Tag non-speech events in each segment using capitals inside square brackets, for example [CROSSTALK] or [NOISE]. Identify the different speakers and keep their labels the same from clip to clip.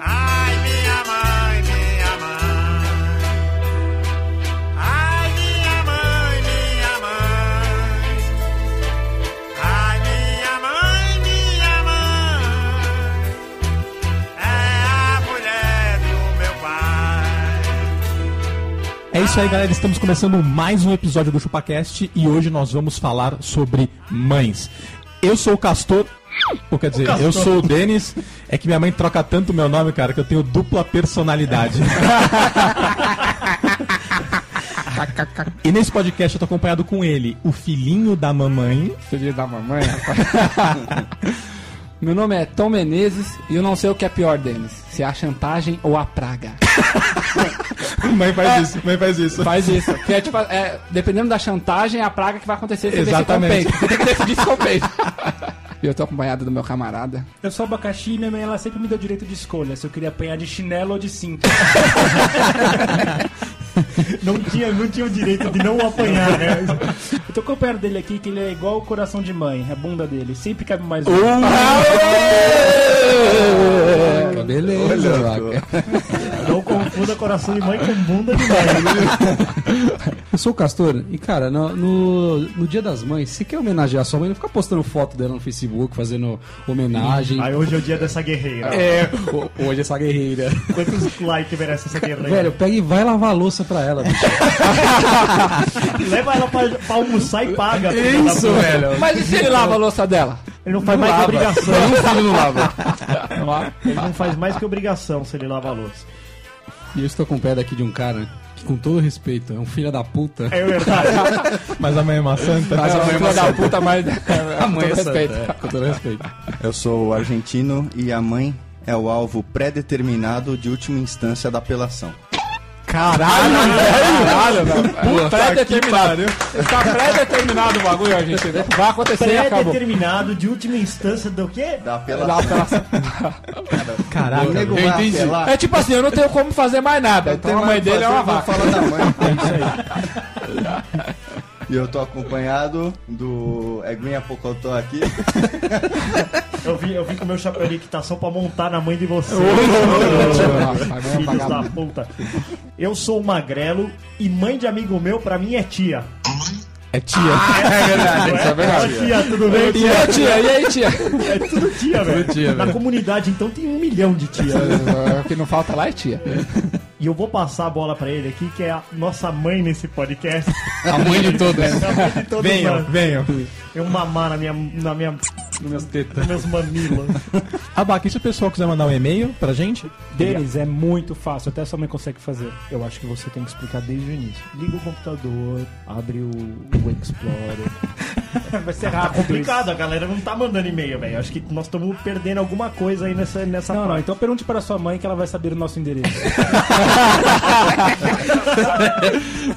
Speaker 1: Ai, minha mãe, minha mãe. Ai, minha mãe, minha mãe. Ai, minha mãe, minha mãe. É a mulher do meu pai.
Speaker 2: É isso aí, galera. Estamos começando mais um episódio do ChupaCast e hoje nós vamos falar sobre mães. Eu sou o Castor. Ou quer dizer, eu sou o Denis. É que minha mãe troca tanto meu nome, cara, que eu tenho dupla [LAUGHS] personalidade. e nesse podcast eu tô acompanhado com ele, o filhinho da mamãe.
Speaker 3: Filho da
Speaker 4: [LAUGHS]
Speaker 3: mamãe, rapaz. Meu nome é Tom Menezes e eu não sei o que é pior, Denis. Se é a chantagem ou a praga.
Speaker 2: Mãe faz isso, mãe faz isso.
Speaker 3: Faz isso. Que é, tipo, é, dependendo da chantagem, é a praga que vai acontecer. Você
Speaker 2: Exatamente.
Speaker 3: Decide com o peito. Você tem que decidir
Speaker 4: [LAUGHS]
Speaker 3: se compensa. E eu tô acompanhado do meu camarada.
Speaker 5: Eu sou abacaxi e minha mãe ela sempre me deu direito de escolha se eu queria apanhar de chinelo ou de cinto. [LAUGHS] não, tinha, não tinha o direito de não apanhar, né? Eu tô com o pé dele aqui que ele é igual o coração de mãe, é a bunda dele. Sempre cabe mais um.
Speaker 3: Beleza, Vaca.
Speaker 5: Não confunda coração de mãe com bunda de mãe.
Speaker 4: Eu sou o Castor e, cara, no, no, no Dia das Mães, se quer homenagear sua mãe, não fica postando foto dela no Facebook, fazendo homenagem.
Speaker 5: Aí hoje é o dia dessa guerreira.
Speaker 4: É, ho- hoje essa guerreira.
Speaker 5: Quantos likes merece essa guerreira?
Speaker 4: Velho, pega e vai lavar a louça pra ela. bicho.
Speaker 5: [LAUGHS] Leva ela pra, pra almoçar e paga. filha da puta.
Speaker 3: Mas e se ele lava a louça dela?
Speaker 5: Ele não faz mais que obrigação.
Speaker 3: filho não lava.
Speaker 5: Ele não faz mais que obrigação se ele lava a louça.
Speaker 4: E eu estou com o pé daqui de um cara que, com todo respeito, é um filho da puta. [LAUGHS]
Speaker 5: É verdade.
Speaker 2: Mas a mãe é uma santa.
Speaker 3: Mas a mãe da puta, mas... A [LAUGHS]
Speaker 4: é
Speaker 3: mãe respeito.
Speaker 4: Com todo respeito.
Speaker 6: Eu sou argentino e a mãe é o alvo pré-determinado de última instância da apelação.
Speaker 3: Caralho, velho. Pré-determinado. Tá pré-determinado o bagulho, gente. Vai acontecer e acabou.
Speaker 5: Pré-determinado é de última instância do quê?
Speaker 6: Da
Speaker 3: Lá
Speaker 6: apelação.
Speaker 3: pela-
Speaker 6: O nego vai apelar.
Speaker 3: É tipo assim, eu não tenho como fazer mais nada. Então a mãe dele é uma vaca.
Speaker 6: Fala da mãe.
Speaker 3: [LAUGHS]
Speaker 6: É isso aí. E eu tô acompanhado do Eguinha Pocotó aqui.
Speaker 5: Eu vim, eu vim com meu chapéu de equitação pra montar na mãe de vocês. [LAUGHS] Filhos da puta. Eu sou o magrelo e mãe de amigo meu, pra mim é tia.
Speaker 3: É tia.
Speaker 2: Ah,
Speaker 3: É verdade, isso é
Speaker 5: Fala,
Speaker 3: verdade.
Speaker 5: tia, tudo bem?
Speaker 3: E aí, tia? E aí, tia?
Speaker 5: É tudo tia, velho. Na comunidade, então, tem um milhão de tia.
Speaker 3: O que não falta lá é tia.
Speaker 5: E eu vou passar a bola pra ele aqui, que é a nossa mãe nesse podcast.
Speaker 3: A mãe de todos.
Speaker 5: É [LAUGHS] a mãe de todos
Speaker 2: Venham,
Speaker 5: nós.
Speaker 2: venham.
Speaker 5: Eu mamar na minha... Na minha nos
Speaker 4: Minhas tetas.
Speaker 5: meus mamilos.
Speaker 2: Abaca, e se o pessoal quiser mandar um e-mail pra gente?
Speaker 5: Deles é muito fácil, até sua mãe consegue fazer. Eu acho que você tem que explicar desde o início. Liga o computador, abre o, o Explorer. Vai ser rápido. Tá complicado, a galera não tá mandando e-mail, velho. Acho que nós estamos perdendo alguma coisa aí nessa, nessa não, Não, então pergunte para sua mãe que ela vai saber o nosso endereço.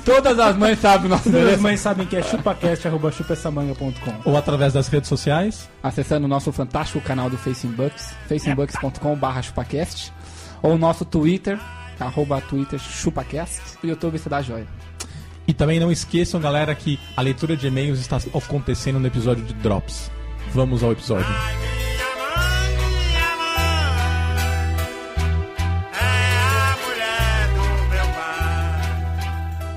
Speaker 3: Todas as mães sabem o nosso
Speaker 5: As
Speaker 3: endereço.
Speaker 5: mães sabem que é chupacast.chupessamanga.com.
Speaker 2: Ou através das redes sociais?
Speaker 3: Acessando o nosso fantástico canal do Facebooks, facebook.com.br chupacast, ou o nosso Twitter, arroba Twitter chupacast, e YouTube Cidade Joia.
Speaker 2: E também não esqueçam, galera, que a leitura de e-mails está acontecendo no episódio de Drops. Vamos ao episódio.
Speaker 1: Ai, minha mãe, minha mãe. É a mulher do meu pai.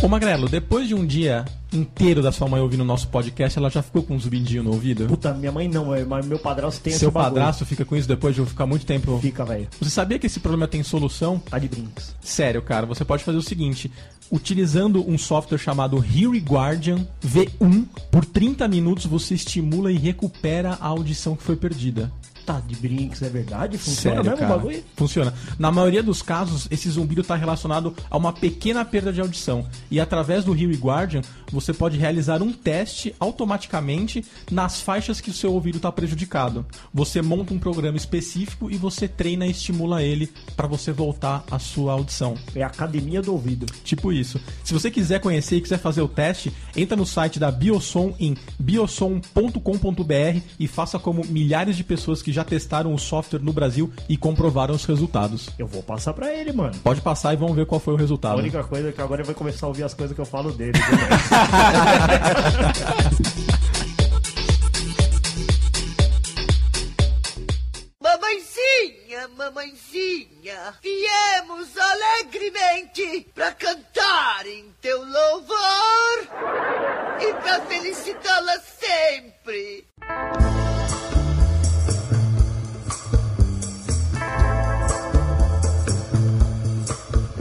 Speaker 2: Ô Magrelo, depois de um dia inteiro da sua mãe ouvindo o nosso podcast, ela já ficou com um zumbindinho no ouvido?
Speaker 5: Puta, minha mãe não, é, mas meu padrasto tem
Speaker 2: Seu
Speaker 5: esse é bagulho.
Speaker 2: padrasto fica com isso depois de eu ficar muito tempo.
Speaker 5: Fica, velho.
Speaker 2: Você sabia que esse problema tem solução?
Speaker 5: Tá de brinks.
Speaker 2: Sério, cara, você pode fazer o seguinte: utilizando um software chamado Hearing Guardian V1, por 30 minutos você estimula e recupera a audição que foi perdida.
Speaker 7: tá de brinks, é verdade? Funciona
Speaker 2: Sério,
Speaker 7: mesmo
Speaker 2: cara.
Speaker 7: o bagulho?
Speaker 2: Funciona. Na maioria dos casos, esse zumbido está relacionado a uma pequena perda de audição. E através do Rio Guardian, você pode realizar um teste automaticamente nas faixas que o seu ouvido está prejudicado. Você monta um programa específico e você treina e estimula ele para você voltar à sua audição.
Speaker 7: É a academia do ouvido.
Speaker 2: Tipo isso. Se você quiser conhecer e quiser fazer o teste, entra no site da Biosom em biosom.com.br e faça como milhares de pessoas que já testaram o software no Brasil e comprovaram os resultados.
Speaker 5: Eu vou passar pra ele, mano.
Speaker 2: Pode passar e vamos ver qual foi o
Speaker 5: A
Speaker 2: resultado.
Speaker 5: única coisa é que agora ele vai começar a ouvir as coisas que eu falo dele.
Speaker 2: [LAUGHS]
Speaker 8: Mamãezinha, mamãezinha, viemos alegremente para cantar em teu louvor e para felicitá-la sempre.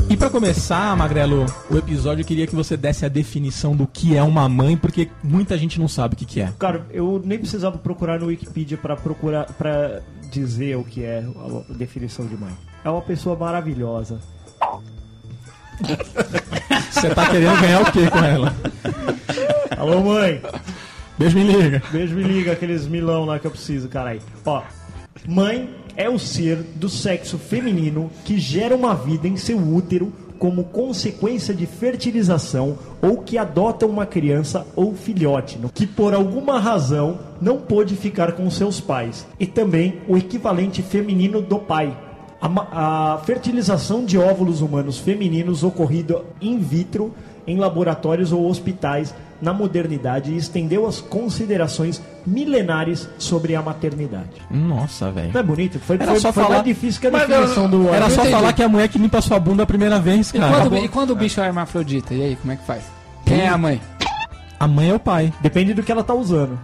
Speaker 2: E pra começar, Magrelo, o episódio eu queria que você desse a definição do que é uma mãe, porque muita gente não sabe o que, que é.
Speaker 5: Cara, eu nem precisava procurar no Wikipedia pra procurar para dizer o que é a definição de mãe. É uma pessoa maravilhosa.
Speaker 2: Você tá querendo ganhar o que com ela?
Speaker 5: Alô, mãe.
Speaker 2: Beijo, me liga.
Speaker 5: Beijo me liga aqueles milão lá que eu preciso, caralho. Ó, mãe é o ser do sexo feminino que gera uma vida em seu útero como consequência de fertilização ou que adota uma criança ou filhote no- que por alguma razão não pôde ficar com seus pais e também o equivalente feminino do pai a, ma- a fertilização de óvulos humanos femininos ocorrida in vitro em laboratórios ou hospitais na modernidade estendeu as considerações milenares sobre a maternidade.
Speaker 2: Nossa, velho.
Speaker 5: Não é bonito? Foi,
Speaker 2: Era
Speaker 5: foi,
Speaker 2: só
Speaker 5: foi
Speaker 2: falar-
Speaker 5: mais difícil que a
Speaker 9: Mas eu-
Speaker 5: definição do...
Speaker 2: Era
Speaker 9: Eu
Speaker 2: só
Speaker 9: entendi.
Speaker 2: falar que é a mulher que limpa sua bunda a primeira vez,
Speaker 3: E quando,
Speaker 2: cara.
Speaker 3: e quando o bicho é hermafrodita, e aí, como é que faz? Quem é a mãe?
Speaker 2: A mãe é o pai.
Speaker 5: Depende do que ela tá usando.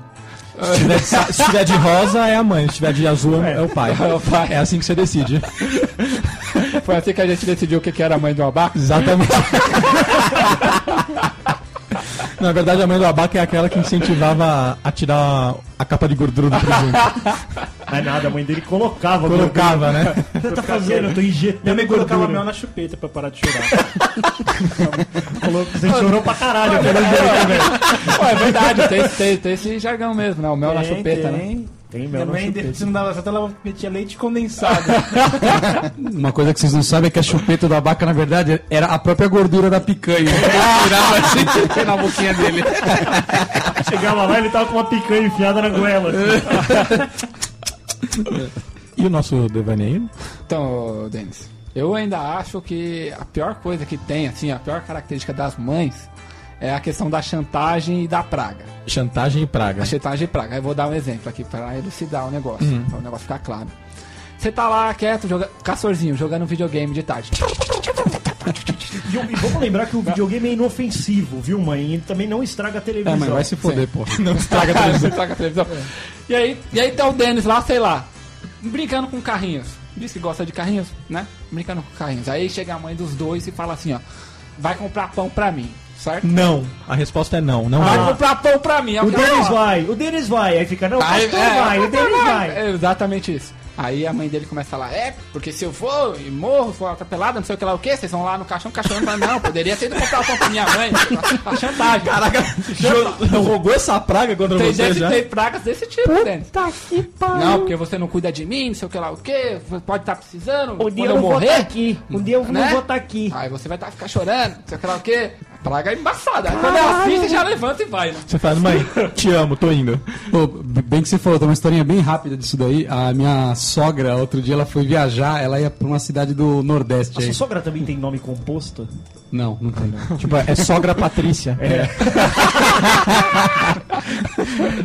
Speaker 2: Se tiver, de- se tiver de rosa, é a mãe. Se tiver de azul, é, o pai.
Speaker 3: É o pai.
Speaker 2: É assim que você decide.
Speaker 3: Foi assim que a gente decidiu o que que era a mãe do abaco.
Speaker 2: Exatamente. [LAUGHS] Na verdade, a mãe do abaca é aquela que incentivava a tirar a capa de gordura do presunto.
Speaker 5: Não é nada, a mãe dele colocava.
Speaker 2: Colocava, né?
Speaker 5: O que você tá fazendo? Eu tô injetando
Speaker 7: Minha mãe colocava
Speaker 5: gordura.
Speaker 7: mel na chupeta pra parar de chorar.
Speaker 5: Colo- Você chorou pra caralho. eu quero-
Speaker 3: Pô, é verdade, tem, tem, tem esse jargão mesmo, né? O mel na chupeta, né?
Speaker 5: Tem
Speaker 7: Minha
Speaker 5: mel na
Speaker 7: mãe, de-
Speaker 5: chupeta.
Speaker 7: se não dava certo, ela metia leite condensado.
Speaker 5: [LAUGHS]
Speaker 9: Uma coisa que vocês não sabem é que a chupeta da vaca, na verdade, era a própria gordura da picanha. Ele tirava assim, na boquinha dele.
Speaker 5: Chegava lá, ele tava com uma picanha enfiada na goela.
Speaker 2: E o nosso devaneio?
Speaker 3: Então, ô, Denis, eu ainda acho que a pior coisa que tem, assim, a pior característica das mães é a questão da chantagem e da praga.
Speaker 2: Chantagem e praga.
Speaker 3: A chantagem e praga. Eu vou dar um exemplo aqui pra elucidar o negócio, pra o negócio ficar claro. Você tá lá quieto, joga... castorzinho, jogando videogame de tarde.
Speaker 5: E, e vamos lembrar que o videogame é inofensivo, viu, mãe? E também não estraga a televisão.
Speaker 9: É, mas vai se foder, porra.
Speaker 3: Não estraga a televisão. [LAUGHS] estraga a televisão. E, aí, e aí tá o Denis lá, sei lá, brincando com carrinhos. Diz que gosta de carrinhos, né? Brincando com carrinhos. Aí chega a mãe dos dois e fala assim, ó. Vai comprar pão pra mim, certo?
Speaker 2: Não. A resposta é não.
Speaker 9: Ah,
Speaker 2: Não
Speaker 3: Vai
Speaker 2: vai.
Speaker 3: comprar pão pra mim. é
Speaker 5: O Denis vai, o Denis vai. Aí fica, não, o
Speaker 3: Aí,
Speaker 5: pastor
Speaker 3: é,
Speaker 5: vai, o Denis vai.
Speaker 3: É exatamente isso. Aí a mãe dele começa a falar, é, porque se eu vou e morro, for atropelada, não sei o que lá o que, vocês vão lá no caixão, o caixão fala, não, poderia ter ido comprar o pão pra minha mãe. A chantagem.
Speaker 2: Caraca, jo- jogou essa praga contra
Speaker 3: Tem
Speaker 2: você
Speaker 3: gente que
Speaker 2: já?
Speaker 3: tem pragas desse tipo, Denis. Não, porque você não cuida de mim, não sei o que lá o que, pode estar precisando,
Speaker 5: Um
Speaker 3: quando
Speaker 5: dia
Speaker 3: eu
Speaker 5: eu não vou estar
Speaker 3: morrer,
Speaker 5: aqui. Um dia eu não
Speaker 3: Né?
Speaker 5: vou estar aqui.
Speaker 3: aí você vai estar ficar chorando, não sei o que lá o que. Praga é embaçada. Aí Quando é assim, você já levanta e vai, né?
Speaker 2: Você fala, mãe, te amo, tô indo.
Speaker 9: Pô, b- bem que você falou, tem uma historinha bem rápida disso daí. A minha sogra, outro dia, ela foi viajar, ela ia pra uma cidade do Nordeste
Speaker 5: A
Speaker 9: aí.
Speaker 5: sua sogra também tem nome composto?
Speaker 9: Não, não tem. não.
Speaker 2: [LAUGHS]
Speaker 9: É.
Speaker 2: Tipo, é sogra Patrícia.
Speaker 9: [LAUGHS]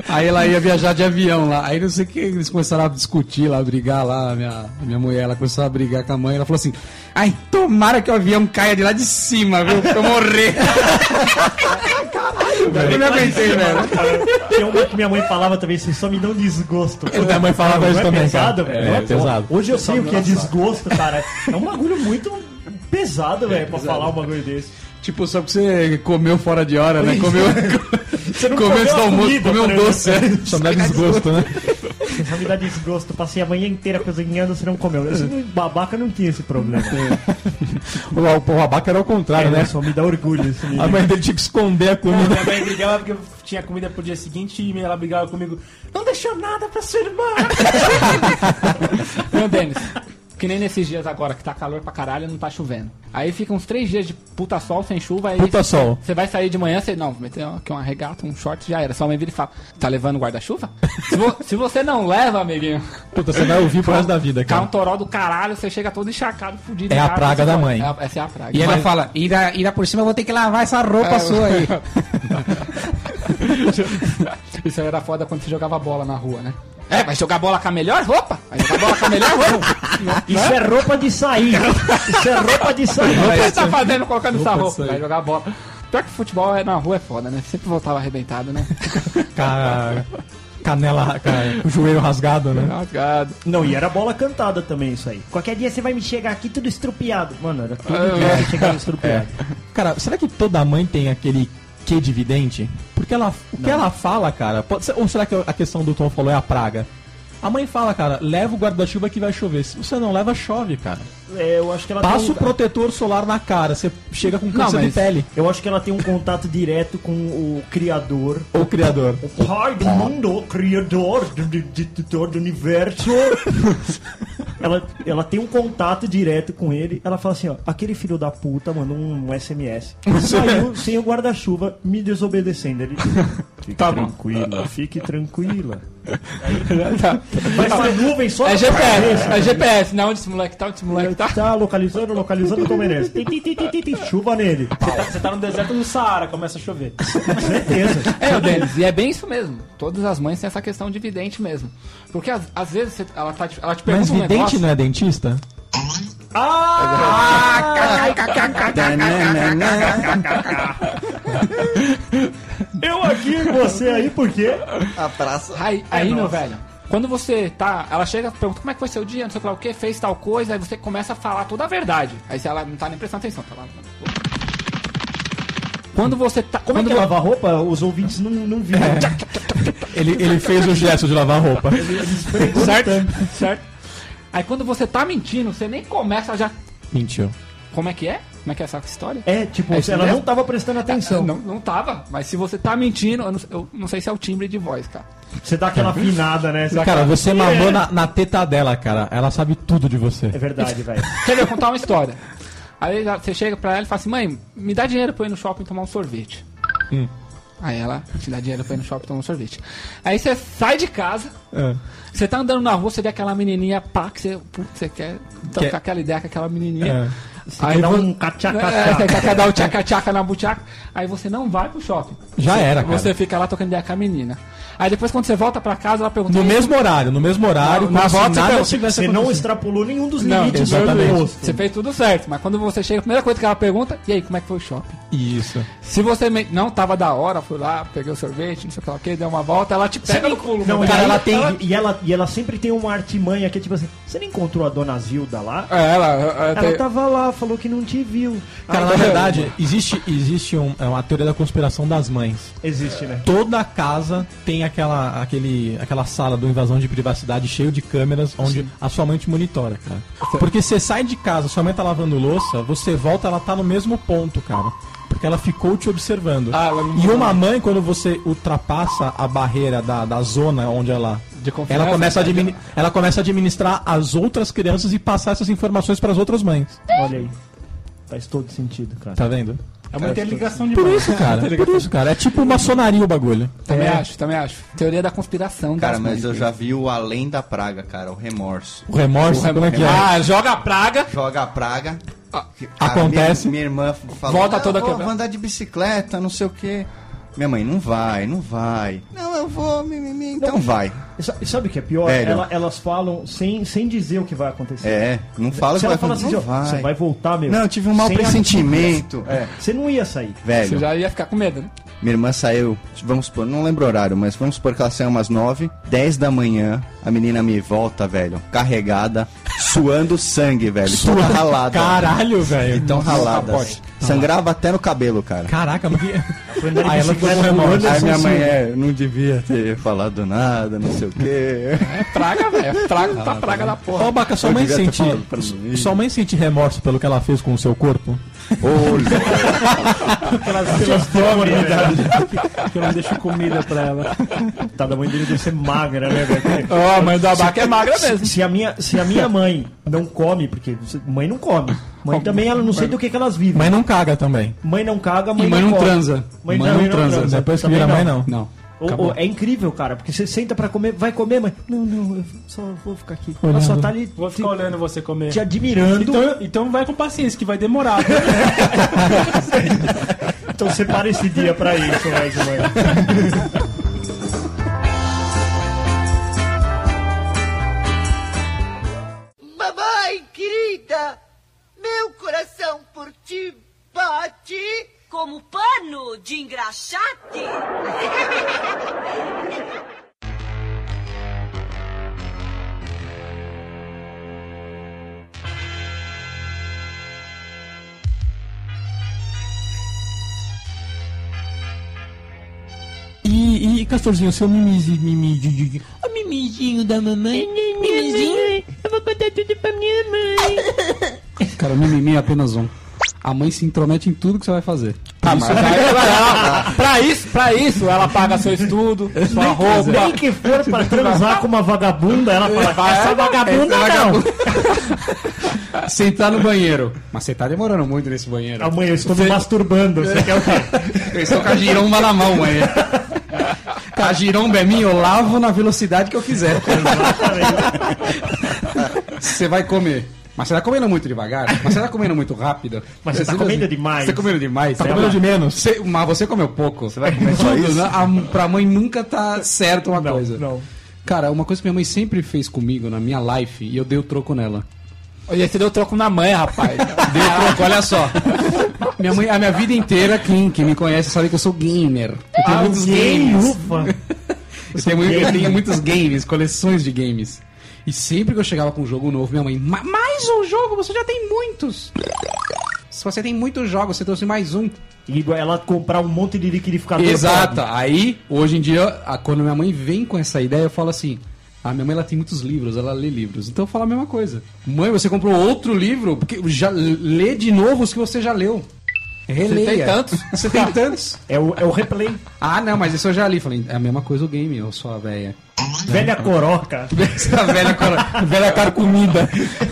Speaker 9: Aí ela ia viajar de avião lá. Aí não sei o que, eles começaram a discutir lá, a brigar lá. A minha, a minha mulher, ela começou a brigar com a mãe. Ela falou assim: Ai, tomara que o avião caia de lá de cima, viu? Pra
Speaker 2: [LAUGHS]
Speaker 9: eu morrer. Caralho, eu não aguentei, velho.
Speaker 5: Tem uma que minha mãe falava também, vocês só me dão desgosto.
Speaker 2: Minha mãe falava
Speaker 5: Não
Speaker 2: isso
Speaker 5: é
Speaker 2: também,
Speaker 5: pesado,
Speaker 2: cara.
Speaker 5: velho?
Speaker 2: É,
Speaker 5: Não
Speaker 2: é pesado.
Speaker 5: Hoje eu sei o que é desgosto, cara. É um bagulho muito pesado, velho, pra falar um bagulho desse.
Speaker 9: Tipo, só que você comeu fora de hora, né? [LAUGHS] Comeu,
Speaker 2: é.
Speaker 5: Você
Speaker 9: comeu antes do
Speaker 5: a
Speaker 9: almoço,
Speaker 5: comida,
Speaker 9: comeu
Speaker 5: por
Speaker 9: um
Speaker 5: exemplo.
Speaker 9: doce. né?
Speaker 2: Só me dá desgosto, né?
Speaker 5: Nossa, isso me dá desgosto. Passei a manhã inteira cozinhando, você não comeu. Esse babaca não tinha esse problema.
Speaker 2: O, o Abaca era o contrário, né? É,
Speaker 5: Só me dá orgulho esse
Speaker 2: A
Speaker 5: menino.
Speaker 2: mãe dele tinha que esconder a comida.
Speaker 10: Minha mãe brigava porque eu tinha comida pro dia seguinte e ela brigava comigo. Não deixou nada pra
Speaker 5: [LAUGHS]
Speaker 10: sua irmã.
Speaker 3: Meu Denis, que nem nesses dias agora, que tá calor pra caralho e não tá chovendo. Aí fica uns três dias de puta sol, sem chuva, aí
Speaker 2: Puta sol.
Speaker 3: você vai sair de manhã, você, não, vou meter aqui uma regata, um short, já era. Só mãe vira e fala, tá levando guarda-chuva? se, vo- se você não leva, amiguinho,
Speaker 2: Puta, você vai ouvir pro resto da vida,
Speaker 3: cai um
Speaker 2: cara.
Speaker 3: toró do caralho, você chega todo encharcado, fudido.
Speaker 2: É
Speaker 3: em
Speaker 2: a
Speaker 3: casa,
Speaker 2: praga
Speaker 3: você
Speaker 2: da
Speaker 3: fala,
Speaker 2: mãe.
Speaker 3: "É a- essa é a praga.
Speaker 9: E ela fala, irá, irá por cima, eu vou ter que lavar essa roupa sua aí. [LAUGHS]
Speaker 3: [LAUGHS] Isso aí era foda quando você jogava bola na rua, né? É, vai jogar bola com a melhor roupa? Vai jogar bola com a melhor [LAUGHS] roupa?
Speaker 2: Ah,
Speaker 5: Isso é roupa de sair. Isso é roupa de sair.
Speaker 3: O que você tá fazendo colocando essa
Speaker 2: Opa,
Speaker 3: roupa?
Speaker 2: isso aí.
Speaker 3: Vai jogar bola. Pior que futebol é- na rua é foda, né? Sempre voltava arrebentado, né?
Speaker 2: Ca- Canela, [LAUGHS] ca- o joelho rasgado, né?
Speaker 3: Rasgado.
Speaker 5: Não, e era bola cantada também isso aí. Qualquer dia você vai me chegar aqui tudo estrupiado. Mano, era tudo dia eu chegava estrupiado.
Speaker 2: Cara, será que toda mãe tem aquele que dividente? Porque ela, o que ela fala, cara, pode ser- ou será que a questão do Tom falou é a praga? A mãe fala, cara, leva o guarda-chuva que vai chover. Se você não leva, chove, cara.
Speaker 5: É, eu acho que ela
Speaker 2: Passa
Speaker 5: tem
Speaker 2: o protetor solar na cara, você chega com câncer de
Speaker 3: mas-
Speaker 2: pele.
Speaker 5: Eu acho que ela tem um contato direto com o criador.
Speaker 2: Ou criador.
Speaker 5: O pai do mundo, o criador do, do, do, do todo o universo. ela, ela tem um contato direto com ele. Ela fala assim, ó, aquele filho da puta mandou um SMS. Saiu sem o guarda-chuva, me desobedecendo. Ele, fique tranquila, fique tranquila. Mas uma nuvem só
Speaker 3: [LAUGHS] É
Speaker 5: na
Speaker 3: GPS,
Speaker 5: cabeça.
Speaker 3: é GPS, não onde esse moleque tá, onde esse moleque tá.
Speaker 5: Tá localizando, localizando Tom Menezes. Tem, tem, tem, tem, tem, tem, chuva nele.
Speaker 10: Você tá, você tá no deserto do Saara, começa a chover.
Speaker 5: Com certeza.
Speaker 3: É, o Denis, e é bem isso mesmo. Todas as mães têm essa questão de vidente mesmo. Porque às, às vezes você- ela, tá, te- ela te
Speaker 2: Mas
Speaker 3: pergunta um
Speaker 2: vidente
Speaker 3: negócio...
Speaker 2: não é dentista?
Speaker 5: Eu aqui e você aí, por quê?
Speaker 11: A praça.
Speaker 3: Aí,
Speaker 5: É
Speaker 3: aí meu velho, quando você tá... Ela chega e pergunta como é que foi seu dia, não sei lá o que, fez tal coisa, aí você começa a falar toda a verdade. Aí se ela não tá nem prestando atenção, tá lá... Quando você tá...
Speaker 5: Como é
Speaker 3: quando
Speaker 5: que lava a roupa? Os ouvintes não, não viram.
Speaker 2: Ele, ele fez o gesto de lavar a roupa.
Speaker 3: certo? certo? Aí quando você tá mentindo, você nem começa já...
Speaker 2: Mentiu.
Speaker 3: Como é que é? Como é que é essa história?
Speaker 5: É, tipo,
Speaker 3: É isso
Speaker 5: ela
Speaker 3: mesmo?
Speaker 5: não tava prestando atenção.
Speaker 3: Não, não tava, mas se você tá mentindo, eu não, eu não sei se é o timbre de voz, cara.
Speaker 5: Você dá aquela afinada, né? Você dá
Speaker 2: Cara,
Speaker 5: aquela-
Speaker 2: você mamou na, na teta dela, cara. Ela sabe tudo de você.
Speaker 5: É verdade, velho.
Speaker 3: Quer ver, eu contar uma história. Aí ela- você chega pra ela e fala assim, mãe, me dá dinheiro pra eu ir no shopping tomar um sorvete. Aí ela te dá dinheiro pra ir no shopping tomar um sorvete. Aí você sai de casa,
Speaker 2: É.
Speaker 3: você tá andando na rua, você vê aquela menininha pá, que você, putz, você quer trocar aquela ideia com aquela menininha.
Speaker 5: quer dar
Speaker 3: vo-
Speaker 5: um cachaca-tchaca.
Speaker 3: É, você quer dar um tchaca-tchaca na buchaca. Aí você não vai pro shopping.
Speaker 2: Já
Speaker 3: Você-
Speaker 2: era, cara.
Speaker 3: Você fica lá tocando ideia com a menina. Aí depois quando você volta pra casa, ela pergunta...
Speaker 2: No
Speaker 3: "E aí,
Speaker 2: mesmo horário, no mesmo horário,
Speaker 3: Não, na
Speaker 2: como se
Speaker 3: volta,
Speaker 2: nada
Speaker 3: então,
Speaker 2: tivesse
Speaker 5: Você não
Speaker 2: acontecido.
Speaker 5: extrapolou nenhum dos
Speaker 3: Não,
Speaker 5: limites
Speaker 2: exatamente.
Speaker 5: do
Speaker 3: Você
Speaker 5: rosto.
Speaker 3: fez tudo certo, mas quando você chega, a primeira coisa que ela pergunta, e aí, como é que foi o shopping?
Speaker 2: Isso.
Speaker 3: Se você me- não tava da hora, fui lá, peguei o sorvete, não sei o que lá, o que, deu uma volta, ela te pega no pulo.
Speaker 5: Não,
Speaker 3: cara,
Speaker 5: e
Speaker 3: é ela
Speaker 5: ela
Speaker 3: tem.
Speaker 5: E ela, e ela sempre tem uma artimanha que é tipo assim: você não encontrou a dona Zilda lá?
Speaker 3: É, ela. ela
Speaker 5: Ela
Speaker 3: tem-
Speaker 5: tava lá, falou que não te viu.
Speaker 2: Cara,
Speaker 5: Aí-
Speaker 2: na verdade, existe, existe um- é uma teoria da conspiração das mães.
Speaker 5: Existe, né?
Speaker 2: Toda casa tem aquela, aquele, aquela sala do invasão de privacidade cheio de câmeras onde a sua mãe te monitora, cara. Porque você sai de casa, sua mãe tá lavando louça, você volta, ela tá no mesmo ponto, cara. Porque ela ficou te observando.
Speaker 3: Ah, ela não-
Speaker 2: e uma mãe, quando você ultrapassa a barreira da, da zona onde ela.
Speaker 3: De confiança,
Speaker 2: ela, começa a
Speaker 3: né?
Speaker 2: admini- ela começa a administrar as outras crianças e passar essas informações pras outras mães.
Speaker 5: Olha aí. Faz todo sentido, cara.
Speaker 2: Tá vendo?
Speaker 10: É uma interligação de
Speaker 2: Por
Speaker 10: mãe.
Speaker 2: isso, cara. Por isso, cara. É tipo maçonaria o bagulho.
Speaker 3: Também acho, também acho. Teoria da conspiração,
Speaker 11: Cara,
Speaker 3: das
Speaker 11: mas
Speaker 3: mães.
Speaker 11: eu já vi o além da praga, cara, o remorso.
Speaker 2: O remorso, como é que é?
Speaker 3: Ah, joga a praga.
Speaker 11: Joga a praga. a
Speaker 2: Acontece.
Speaker 11: Minha, minha irmã falou:
Speaker 3: Volta
Speaker 11: "Não,
Speaker 3: toda
Speaker 11: vou,
Speaker 3: quebrada."
Speaker 11: vou andar de bicicleta, não sei o quê. Minha mãe, não vai, não vai. Não, eu vou, mimimi, então vai.
Speaker 5: E sa- e sabe o que é pior?
Speaker 11: Velho.
Speaker 5: Ela- elas falam sem, sem dizer o que vai acontecer.
Speaker 11: É, não fala
Speaker 5: Se
Speaker 11: que
Speaker 5: ela
Speaker 11: vai
Speaker 5: fala assim,
Speaker 11: não
Speaker 5: ó, você vai voltar, meu.
Speaker 11: Não, eu tive um mau
Speaker 5: Sem a-
Speaker 11: pressentimento. É,
Speaker 5: Você não ia sair.
Speaker 11: velho.
Speaker 3: Você já ia ficar com medo, né?
Speaker 11: Minha irmã saiu, vamos supor, não lembro o horário, mas vamos supor que ela saiu umas 9, 10 da manhã, a menina me volta, velho, carregada, suando sangue, velho, toda ralada.
Speaker 2: Caralho, velho.
Speaker 11: Então ralada. Sangrava até no cabelo, cara.
Speaker 2: Então, Caraca, mas que... [LAUGHS] Aí ela ficou com
Speaker 11: Aí minha mãe é, não devia ter falado nada, não sei o quê.
Speaker 3: É praga, velho. É praga, tá praga da
Speaker 2: Ô,
Speaker 3: porra.
Speaker 2: Baca, sua
Speaker 11: Eu
Speaker 2: mãe,
Speaker 11: devia ter
Speaker 2: sente,
Speaker 11: falado pra mim.
Speaker 2: sua mãe sente remorso pelo que ela fez com o seu corpo?
Speaker 11: Olha,
Speaker 5: né? Porque eu não deixo comida pra ela. Tá, da mãe dele deve ser magra, né, velho?
Speaker 3: Ó, a mãe do Abaca é magra mesmo.
Speaker 5: Se a, minha, se a minha mãe não come, porque mãe não come. Mãe também, ela não sei do que, que elas vivem.
Speaker 2: Mãe não caga também.
Speaker 5: Mãe não caga, mãe,
Speaker 9: E mãe não
Speaker 5: come.
Speaker 9: transa.
Speaker 5: Mãe, também não transa.
Speaker 2: Depois que
Speaker 5: Também
Speaker 2: vira mãe, não.
Speaker 9: Não.
Speaker 5: Ou- ou- é incrível, cara, porque você senta pra comer, vai comer, mas. Não, não, eu só vou ficar aqui. Ela só
Speaker 2: Olhando.
Speaker 5: tá ali
Speaker 10: Vou
Speaker 5: te,
Speaker 10: ficar olhando você comer.
Speaker 5: te admirando.
Speaker 10: Então, então vai com paciência, que vai demorar. [LAUGHS]
Speaker 5: Então separa esse dia pra isso, mais ou menos.
Speaker 12: Mamãe querida, meu coração por ti bate.
Speaker 13: Como pano de engraxate?
Speaker 2: E, e Castorzinho, seu mimizinho, mimizinho, o mimizinho da mamãe, mimizinho, eu vou contar tudo pra minha mãe.
Speaker 9: [LAUGHS] Cara, mimimi é apenas um. A mãe se intromete em tudo que você vai fazer.
Speaker 3: Tá, mas aí ela- pra isso, pra É isso, ela paga seu estudo, sua roupa.
Speaker 5: Nem que for pra transar com uma vagabunda, ela fala, É, essa vagabunda não.
Speaker 9: Sentar no banheiro. Mas você tá demorando muito nesse banheiro.
Speaker 5: Ah, mãe, eu estou me masturbando. Você quer o quê? [LAUGHS]
Speaker 9: Eu estou com a giromba na mão, [LAUGHS] mãe. A giromba é minha, eu lavo na velocidade que eu quiser. Você vai comer. Mas você tá comendo muito devagar? Mas você tá comendo muito rápido?
Speaker 5: Mas você tá
Speaker 9: Entendeu?
Speaker 5: comendo demais.
Speaker 9: Você tá comendo demais? Tá
Speaker 2: Pelo de menos.
Speaker 9: mas você comeu pouco. Você
Speaker 11: vai comer só isso?
Speaker 9: pra mãe nunca tá certo uma
Speaker 5: Não,
Speaker 9: coisa.
Speaker 5: não.
Speaker 9: Cara, uma coisa que minha mãe sempre fez comigo na minha life e eu dei o troco nela.
Speaker 3: E aí você deu troco na mãe, rapaz.
Speaker 9: Dei o troco, olha só. Minha mãe, a minha vida inteira, quem, quem me conhece sabe que eu sou gamer.
Speaker 5: Ah,
Speaker 9: Eu tenho muitos
Speaker 5: Alguém,
Speaker 9: games.
Speaker 5: ufa.
Speaker 9: Eu tenho, muito- eu tenho muitos games, coleções de games. E sempre que eu chegava com um jogo novo, minha mãe, "Ma- mais um jogo, você já tem muitos. Se você tem muitos jogos, você trouxe mais um.
Speaker 5: E ela comprar um monte de liquidificador.
Speaker 9: Exato. Aí, hoje em dia, a- quando minha mãe vem com essa ideia, eu falo assim: a minha mãe ela tem muitos livros, ela lê livros. Então eu falo a mesma coisa. Mãe, você comprou outro livro? Porque já lê de novo os que você já leu. Releia.
Speaker 3: tem tantos?
Speaker 9: [LAUGHS] Você tem tantos?
Speaker 5: É o, é o replay.
Speaker 9: Ah, não, mas isso eu já li. Falei, é a mesma coisa o game, eu sou a velha.
Speaker 5: Velha coroca.
Speaker 9: Essa velha, cara, velha carcomida.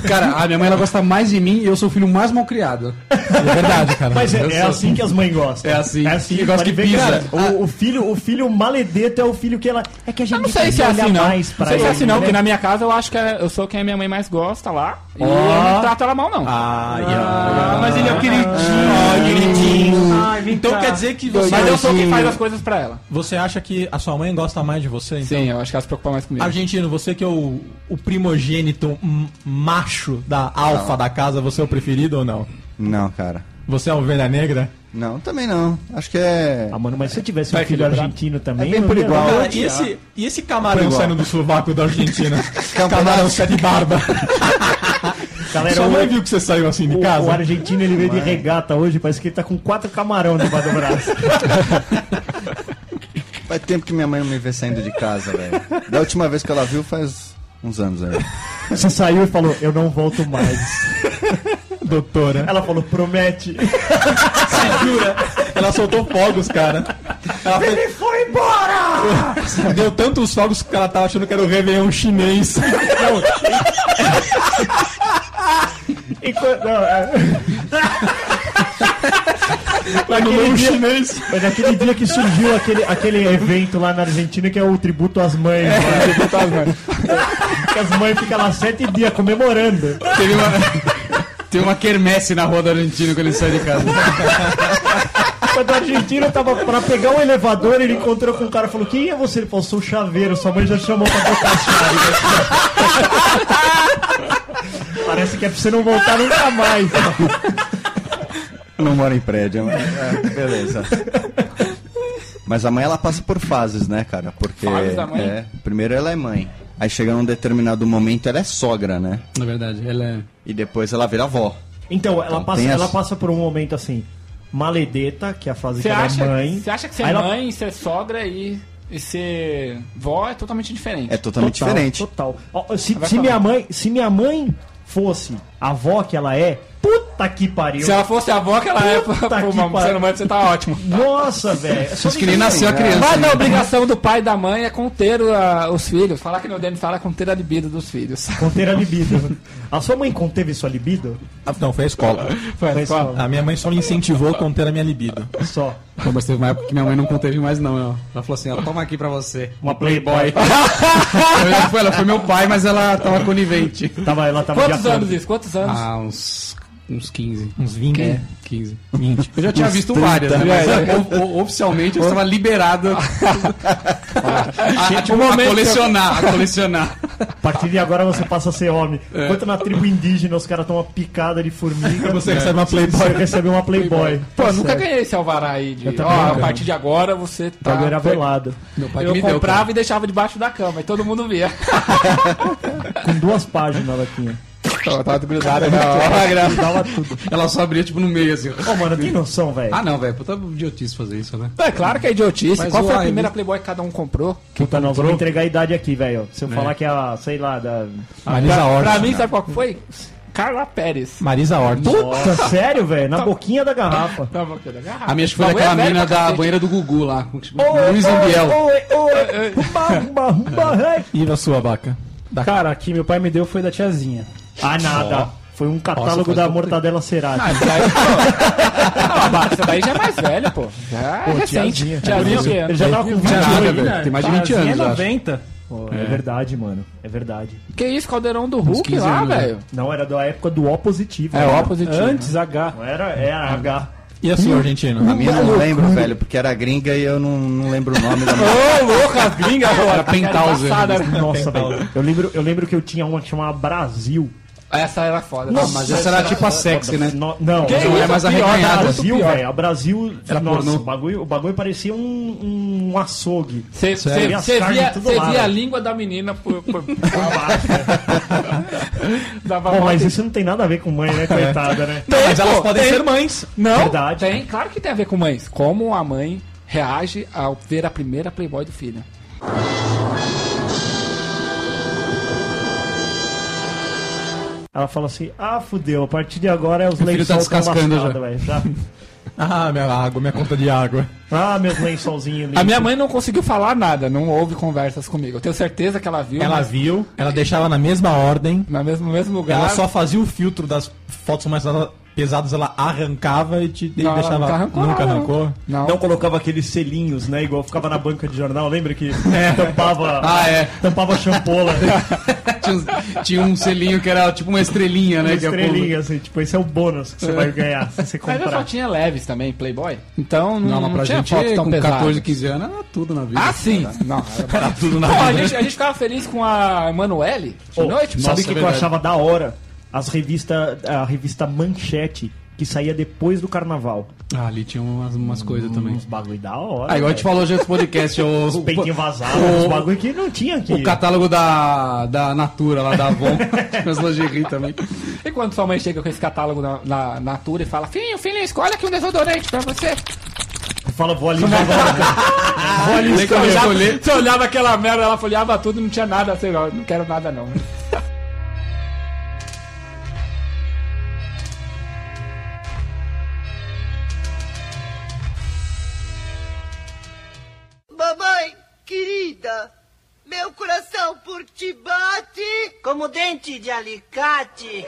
Speaker 9: Cara, a minha mãe ela gosta mais de mim e eu sou o filho mais mal criado.
Speaker 2: É verdade, cara.
Speaker 5: Mas
Speaker 9: Eu
Speaker 5: é, é
Speaker 9: sou-
Speaker 5: assim que as mães gostam.
Speaker 9: É assim.
Speaker 5: É assim.
Speaker 9: Eu gosto
Speaker 5: pode
Speaker 9: que
Speaker 5: ver,
Speaker 9: pisa.
Speaker 5: cara, o, o filho, o filho maledeto é o filho que ela. É que a gente
Speaker 3: Eu não sei
Speaker 5: tem
Speaker 3: se é
Speaker 5: que olhar
Speaker 3: assim, não. Não
Speaker 5: mais pra
Speaker 3: sei se é
Speaker 5: ele,
Speaker 3: assim, não,
Speaker 5: né?
Speaker 3: porque na minha casa eu acho que é- eu sou quem a minha mãe mais gosta lá. E eu não trato ela mal, não.
Speaker 2: Ah, yeah.
Speaker 3: mas ele é o queridinho.
Speaker 2: Então quer dizer que você,
Speaker 3: Mas eu sou
Speaker 9: um.
Speaker 3: quem faz as coisas pra ela.
Speaker 2: você acha que a sua mãe gosta mais de você? Então?
Speaker 3: Sim, eu acho que ela se preocupa mais comigo.
Speaker 2: Argentino, você que é o, o primogênito m- macho da alfa da casa, você é o preferido ou não?
Speaker 11: Não, cara.
Speaker 2: Você é a ovelha negra?
Speaker 11: Não, também não. Acho que é.
Speaker 5: Ah, mano, mas se eu tivesse um
Speaker 3: Vai
Speaker 5: filho
Speaker 3: equilibrar.
Speaker 5: argentino também.
Speaker 11: É bem
Speaker 5: eu
Speaker 11: por
Speaker 5: ia-
Speaker 11: igual.
Speaker 2: Cara, e, esse, e esse camarão
Speaker 11: igual.
Speaker 2: saindo um do sovaco da [LAUGHS] Argentina? camarão
Speaker 11: Camarão.
Speaker 2: sete barba.
Speaker 5: Galera,
Speaker 2: Sua
Speaker 5: o-
Speaker 2: mãe viu que você saiu assim de
Speaker 5: O, o
Speaker 2: casa?
Speaker 5: argentino ele veio de regata hoje, parece que ele tá com quatro camarão debaixo do braço.
Speaker 11: Faz tempo que minha mãe não me vê saindo de casa, velho. Da última vez que ela viu faz uns anos aí.
Speaker 5: Você saiu e falou, eu não volto mais.
Speaker 2: Doutora.
Speaker 5: Ela falou, promete.
Speaker 2: É, Ela soltou fogos, cara. Ela foi-
Speaker 5: Ele foi
Speaker 2: [LAUGHS]
Speaker 5: embora!
Speaker 2: deu tantos fogos que ela tava achando que era o Réveillon [LAUGHS] chinês.
Speaker 5: E quando- não, é-
Speaker 2: Réveillon
Speaker 5: dia-
Speaker 2: chinês.
Speaker 5: Foi naquele dia É que surgiu aquele, aquele evento lá na Argentina que é o tributo às mães.
Speaker 9: É,
Speaker 5: né? Que as mães ficam lá sete dias comemorando.
Speaker 9: Teve uma. Tem uma quermesse na rua do Argentino quando ele sai de casa.
Speaker 5: Quando o argentino tava pra pegar um elevador, ele encontrou com um cara e falou: Quem é você? Ele falou: Sou o chaveiro, sua mãe já chamou pra botar a chave. Parece que é pra você não voltar nunca mais. né?
Speaker 11: Não mora em prédio, mas... é, beleza. Mas a mãe ela passa por fases, né, cara? Porque
Speaker 3: Fases da mãe?
Speaker 11: é, primeiro ela é mãe. Aí chega num determinado momento ela é sogra, né?
Speaker 9: Na verdade, ela é.
Speaker 11: E depois ela vira avó.
Speaker 5: Então, ela,
Speaker 11: Então,
Speaker 5: passa,
Speaker 11: tem
Speaker 5: ela
Speaker 11: as-
Speaker 5: passa por um momento assim. maledeta, que é a fase
Speaker 3: Você
Speaker 5: que ela
Speaker 3: acha,
Speaker 5: é mãe.
Speaker 3: você acha que ser
Speaker 5: Aí ela-
Speaker 3: mãe, ser sogra e, e ser vó é totalmente diferente.
Speaker 11: É totalmente
Speaker 5: Total,
Speaker 11: diferente.
Speaker 5: Total. Ó, se,
Speaker 3: Vai
Speaker 5: se
Speaker 3: falar.
Speaker 5: minha mãe, se minha mãe fosse a avó que ela é, puta que pariu.
Speaker 3: Se ela fosse a avó que ela é, pô,
Speaker 5: Puta que
Speaker 3: mano,
Speaker 5: pariu.
Speaker 3: sendo mãe, você tá [LAUGHS] ótimo.
Speaker 5: Nossa, velho. Só
Speaker 9: Acho que nem nasceu a criança.
Speaker 3: Mas
Speaker 9: ainda.
Speaker 3: a obrigação do pai e da mãe é conter a- os filhos. Falar que o Denis fala é conter a libido dos filhos.
Speaker 5: conter a libido. A sua mãe conteve sua libido?
Speaker 2: Ah, Não, foi a escola.
Speaker 5: Foi
Speaker 3: É, só-
Speaker 5: só.
Speaker 2: A minha mãe só me incentivou a conter a minha libido.
Speaker 5: só.
Speaker 9: Pô, mas teve uma época que minha mãe não conteve mais, não. Ela, ela falou assim: ó, toma aqui pra você.
Speaker 5: Uma Playboy.
Speaker 9: Na verdade, foi, ela foi meu pai, mas ela tava conivente.
Speaker 5: tava, ela tava
Speaker 3: Quantos
Speaker 5: de acordo.
Speaker 3: anos isso? Quantos anos?
Speaker 9: Ah, uns, uns 15.
Speaker 2: Uns 20.
Speaker 9: É, 15. Eu já tinha visto várias, né?
Speaker 2: É.
Speaker 9: Mas, o- o- oficialmente eu estava liberado a, a- tipo, a colecionar. A colecionar.
Speaker 5: A partir de agora você passa a ser homem. Enquanto na tribo indígena os caras estão uma picada de formiga. né?
Speaker 2: Você recebe uma
Speaker 5: Você
Speaker 2: Playboy.
Speaker 5: recebeu uma Playboy. Tá
Speaker 3: Pô, eu nunca ganhei esse alvará aí de.
Speaker 5: Eu
Speaker 3: Ó,
Speaker 5: também não,
Speaker 3: a
Speaker 5: cara.
Speaker 3: partir de agora você
Speaker 5: O bagulho era
Speaker 3: tá.
Speaker 5: velado.
Speaker 9: Meu pai que
Speaker 3: Eu
Speaker 9: me deu.
Speaker 3: comprava
Speaker 9: cara.
Speaker 3: e deixava debaixo da cama e todo mundo via. [LAUGHS]
Speaker 5: Com duas páginas ela tinha.
Speaker 9: Ela só abria tipo no meio assim.
Speaker 5: Ô, mano, tem noção, velho?
Speaker 9: Ah, não, velho. Puta idiotice fazer isso, né?
Speaker 3: É claro que é idiotice.
Speaker 9: Mas
Speaker 3: Qual foi a
Speaker 9: uai,
Speaker 3: primeira
Speaker 9: mas-
Speaker 3: Playboy que cada um comprou?
Speaker 5: Puta, nós vamos entregar a idade aqui, velho. Se eu
Speaker 9: É.
Speaker 5: falar que é a, sei lá, da.
Speaker 2: Marisa
Speaker 3: Pra
Speaker 2: Hort.
Speaker 3: mim, sabe qual que foi? Carla Pérez.
Speaker 2: Marisa Hort.
Speaker 5: Puta, Tá sério, velho? Na boquinha
Speaker 3: [LAUGHS]
Speaker 5: da garrafa.
Speaker 3: Tá bom, que da garrafa.
Speaker 9: A minha acho que foi
Speaker 3: Bagulho é
Speaker 9: daquela
Speaker 3: velho
Speaker 9: mina
Speaker 3: pra
Speaker 9: da
Speaker 3: cacete.
Speaker 9: banheira do Gugu lá. com- Luiz Ambiel.
Speaker 5: Oi, oi, rumba, rumba, rumba, hey.
Speaker 2: E a sua vaca?
Speaker 10: Tá. Cara, a que meu pai me deu foi da tiazinha.
Speaker 5: Ah, nada. Foi um catálogo da Mortadela Cerati.
Speaker 3: Ah, mas Essa daí já é mais velha, pô. Já é recente.
Speaker 5: tiazinha.
Speaker 3: Tiazinha o quê?
Speaker 5: Ele já tava com 20
Speaker 9: Nada,
Speaker 5: anos.
Speaker 9: velho. Tem mais de 20
Speaker 10: Tiazinha
Speaker 9: anos, eu acho.
Speaker 10: 90.
Speaker 5: Pô, é. verdade, mano. É verdade.
Speaker 3: Que isso, caldeirão do Hulk
Speaker 9: 15
Speaker 3: lá,
Speaker 9: anos, né?
Speaker 3: velho.
Speaker 5: Não, era da época do O positivo.
Speaker 3: É,
Speaker 5: né?
Speaker 3: ó positivo.
Speaker 10: Antes, H.
Speaker 5: Não era, era H.
Speaker 2: E a
Speaker 3: Hum.
Speaker 2: sua argentina?
Speaker 11: A minha eu não lembro, velho, porque era gringa e eu não, não lembro o nome da
Speaker 3: Ô,
Speaker 11: minha.
Speaker 3: louco, as gringas, pô.
Speaker 9: Era Penthouse.
Speaker 3: Engraçada, né?
Speaker 5: Nossa, velho. Eu lembro, eu lembro que eu tinha uma que chamava Brasil.
Speaker 3: Essa era é foda.
Speaker 9: Ah, mas essa era tipo a sexy, né?
Speaker 5: No- não,
Speaker 3: Que
Speaker 5: mas
Speaker 9: Não
Speaker 3: isso,
Speaker 9: é mais
Speaker 3: pior,
Speaker 5: a
Speaker 9: arreganhada.
Speaker 5: Brasil,
Speaker 3: pior.
Speaker 5: velho. A Brasil.
Speaker 9: Era
Speaker 5: nossa,
Speaker 9: pornô.
Speaker 5: o bagulho, o bagulho parecia um, um açougue.
Speaker 3: Você
Speaker 5: Sério?
Speaker 3: via, cê
Speaker 5: As carnes
Speaker 3: via
Speaker 5: tudo lá, né?
Speaker 3: a língua da menina por. por...
Speaker 5: [LAUGHS]
Speaker 9: Tá
Speaker 3: Dava
Speaker 5: Bom,
Speaker 3: mó
Speaker 5: mas
Speaker 3: atenção.
Speaker 5: isso não tem nada a ver com mãe,
Speaker 9: [LAUGHS] É.
Speaker 5: né? Coitada, né?
Speaker 3: Tem,
Speaker 2: Mas elas
Speaker 3: pô,
Speaker 2: podem
Speaker 3: tem.
Speaker 2: ser mães.
Speaker 3: Não,
Speaker 5: Verdade.
Speaker 3: tem. Claro que tem a ver com mães. Como a mãe reage ao ver a primeira Playboy do filho.
Speaker 5: Ela fala assim: ah, fudeu, a partir de agora é os
Speaker 9: Meu filho tá
Speaker 5: lençol tão
Speaker 9: descascando
Speaker 5: lascado,
Speaker 9: já.
Speaker 5: velho. Já.
Speaker 2: Ah, minha água, minha conta de água.
Speaker 5: Ah, meus lençolzinhos
Speaker 3: A minha mãe não conseguiu falar nada, não houve conversas comigo. Eu tenho certeza que ela viu.
Speaker 2: Ela
Speaker 3: mas
Speaker 2: viu, ela deixava na mesma ordem.
Speaker 3: Na mesmo, no mesmo lugar.
Speaker 2: Ela só fazia o filtro das fotos mais pesadas, ela arrancava e te e
Speaker 3: Não, ela
Speaker 2: deixava.
Speaker 3: nunca arrancou,
Speaker 2: nunca
Speaker 3: não.
Speaker 2: arrancou.
Speaker 3: Não.
Speaker 5: Não colocava aqueles selinhos, né? Igual ficava na banca de jornal, lembra que tampava,
Speaker 9: Ah, é.
Speaker 5: tampava a champola,
Speaker 9: [LAUGHS] Tinha, uns- tinha um selinho que era tipo uma estrelinha, né?
Speaker 5: uma
Speaker 9: que é o-
Speaker 5: estrelinha, assim, tipo, esse é o bônus que você vai ganhar se você
Speaker 3: [LAUGHS] Mas eu só
Speaker 5: comprar.
Speaker 3: tinha leves também, Playboy. Então não,
Speaker 9: Não,
Speaker 3: não,
Speaker 9: mas pra
Speaker 3: tinha
Speaker 9: gente
Speaker 3: fotos tão
Speaker 9: com
Speaker 3: pesadas.
Speaker 9: 14, 15 anos era tudo na vida.
Speaker 3: Ah, sim! Não, era tudo na a, gente, a gente ficava feliz com a Emanuele de
Speaker 5: Ô,
Speaker 3: noite,
Speaker 5: sabe
Speaker 3: pô.
Speaker 5: o que, que eu
Speaker 9: verdade.
Speaker 5: achava da hora? As revista, a revista Manchete, que saía depois do carnaval.
Speaker 9: Ah, ali tinha umas, umas coisas também.
Speaker 5: Uns bagulho da hora.
Speaker 9: Ah, igual a gente
Speaker 5: velho.
Speaker 9: falou já no podcast, [LAUGHS] o,
Speaker 5: Os peitinhos
Speaker 9: o,
Speaker 5: vazados,
Speaker 9: o-
Speaker 5: uns bagulho que não tinha aqui.
Speaker 9: o catálogo da, da Natura, lá da Avon, tinha as lingerie também.
Speaker 3: E quando sua mãe chega com esse catálogo na, na Natura e fala: Filho, filho, escolhe aqui um desodorante pra você.
Speaker 5: Fala, vou ali
Speaker 9: [LAUGHS] é
Speaker 5: jogar.
Speaker 9: Olha isso,
Speaker 3: Você olhava, você olhava aquela merda, ela folheava tudo e não tinha nada. Assim, não, não quero nada, não.
Speaker 8: Mamãe querida, meu coração por ti bate.
Speaker 14: Como dente de alicate.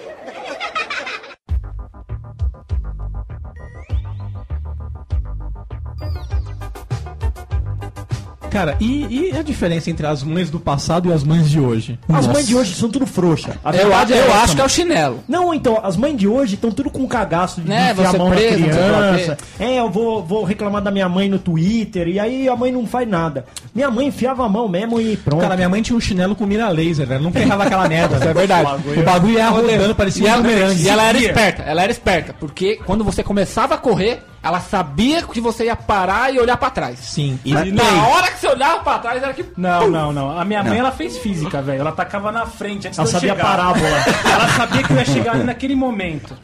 Speaker 2: Cara, e, e a diferença entre as mães do passado e as mães de hoje?
Speaker 5: As mães de hoje são tudo frouxa. A
Speaker 3: Eu,
Speaker 5: verdade é essa,
Speaker 3: acho que é o
Speaker 5: mano.
Speaker 3: chinelo.
Speaker 5: Não, então, as mães de hoje estão tudo com cagaço de
Speaker 3: Né,
Speaker 5: enfiar
Speaker 3: você
Speaker 5: a mão
Speaker 3: presa,
Speaker 5: na
Speaker 3: você
Speaker 5: criança.
Speaker 3: prova-
Speaker 5: É, eu vou, vou reclamar da minha mãe no Twitter, e aí a mãe não faz nada. Minha mãe enfiava a mão mesmo e pronto.
Speaker 2: Cara, minha mãe tinha um chinelo com mira laser, velho. Não pegava
Speaker 5: [LAUGHS]
Speaker 2: aquela merda. é verdade. O bagulho ia rodando, parecia
Speaker 3: E
Speaker 2: um
Speaker 3: ela,
Speaker 2: bumerangue.
Speaker 3: e ela era esperta, ela era esperta, porque quando você começava a correr, Ela sabia que você ia parar e olhar pra trás.
Speaker 2: Sim.
Speaker 3: E
Speaker 10: Mas-
Speaker 3: na
Speaker 10: Bem.
Speaker 3: hora que você olhava pra trás, era que.
Speaker 10: Não, não, não. A minha mãe,
Speaker 3: Não.
Speaker 10: ela fez física, velho. Ela tacava na frente antes
Speaker 5: Ela
Speaker 10: de eu
Speaker 5: sabia a
Speaker 10: chegar.
Speaker 5: parábola.
Speaker 10: Ela sabia que eu ia chegar ali naquele momento.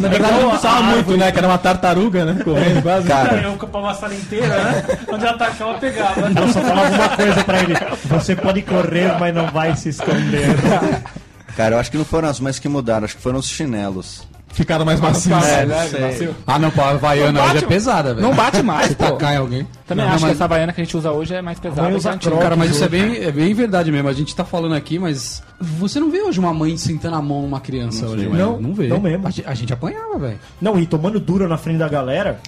Speaker 2: Na verdade, ela
Speaker 10: Então, a
Speaker 2: não precisava muito,
Speaker 10: árvore-
Speaker 2: né? Que era uma tartaruga, né? Correndo quase.
Speaker 10: Eu ocupava a sala inteira, né? Onde ela tacava, ela pegava.
Speaker 5: Ela só falava uma coisa pra ele: você pode correr, mas não vai se esconder.
Speaker 11: Cara, eu acho que não foram as mães que mudaram, acho que foram os chinelos.
Speaker 2: Ficaram mais macios.
Speaker 11: É,
Speaker 3: né,
Speaker 11: não sei.
Speaker 3: macio.
Speaker 9: Ah, não, pô, a Havaiana
Speaker 3: Não
Speaker 9: hoje é
Speaker 3: bate-
Speaker 9: pesada, velho.
Speaker 3: Não bate mais,
Speaker 9: Se
Speaker 5: tá
Speaker 3: pô.
Speaker 9: tacar em alguém.
Speaker 3: Também
Speaker 9: Não,
Speaker 3: acho
Speaker 9: mas-
Speaker 3: que essa baiana que a gente usa hoje é mais pesada.
Speaker 5: Vai
Speaker 3: que
Speaker 5: usar
Speaker 3: a antiga.
Speaker 5: crocs. né?
Speaker 9: Cara, mas isso é bem, é bem verdade mesmo. A gente tá falando aqui, mas você não vê hoje uma mãe sentando a mão uma criança hoje, velho.
Speaker 5: Não,
Speaker 9: não vê.
Speaker 5: não mesmo.
Speaker 9: A, ge- a gente apanhava, velho.
Speaker 5: Não, e tomando duro na frente da galera.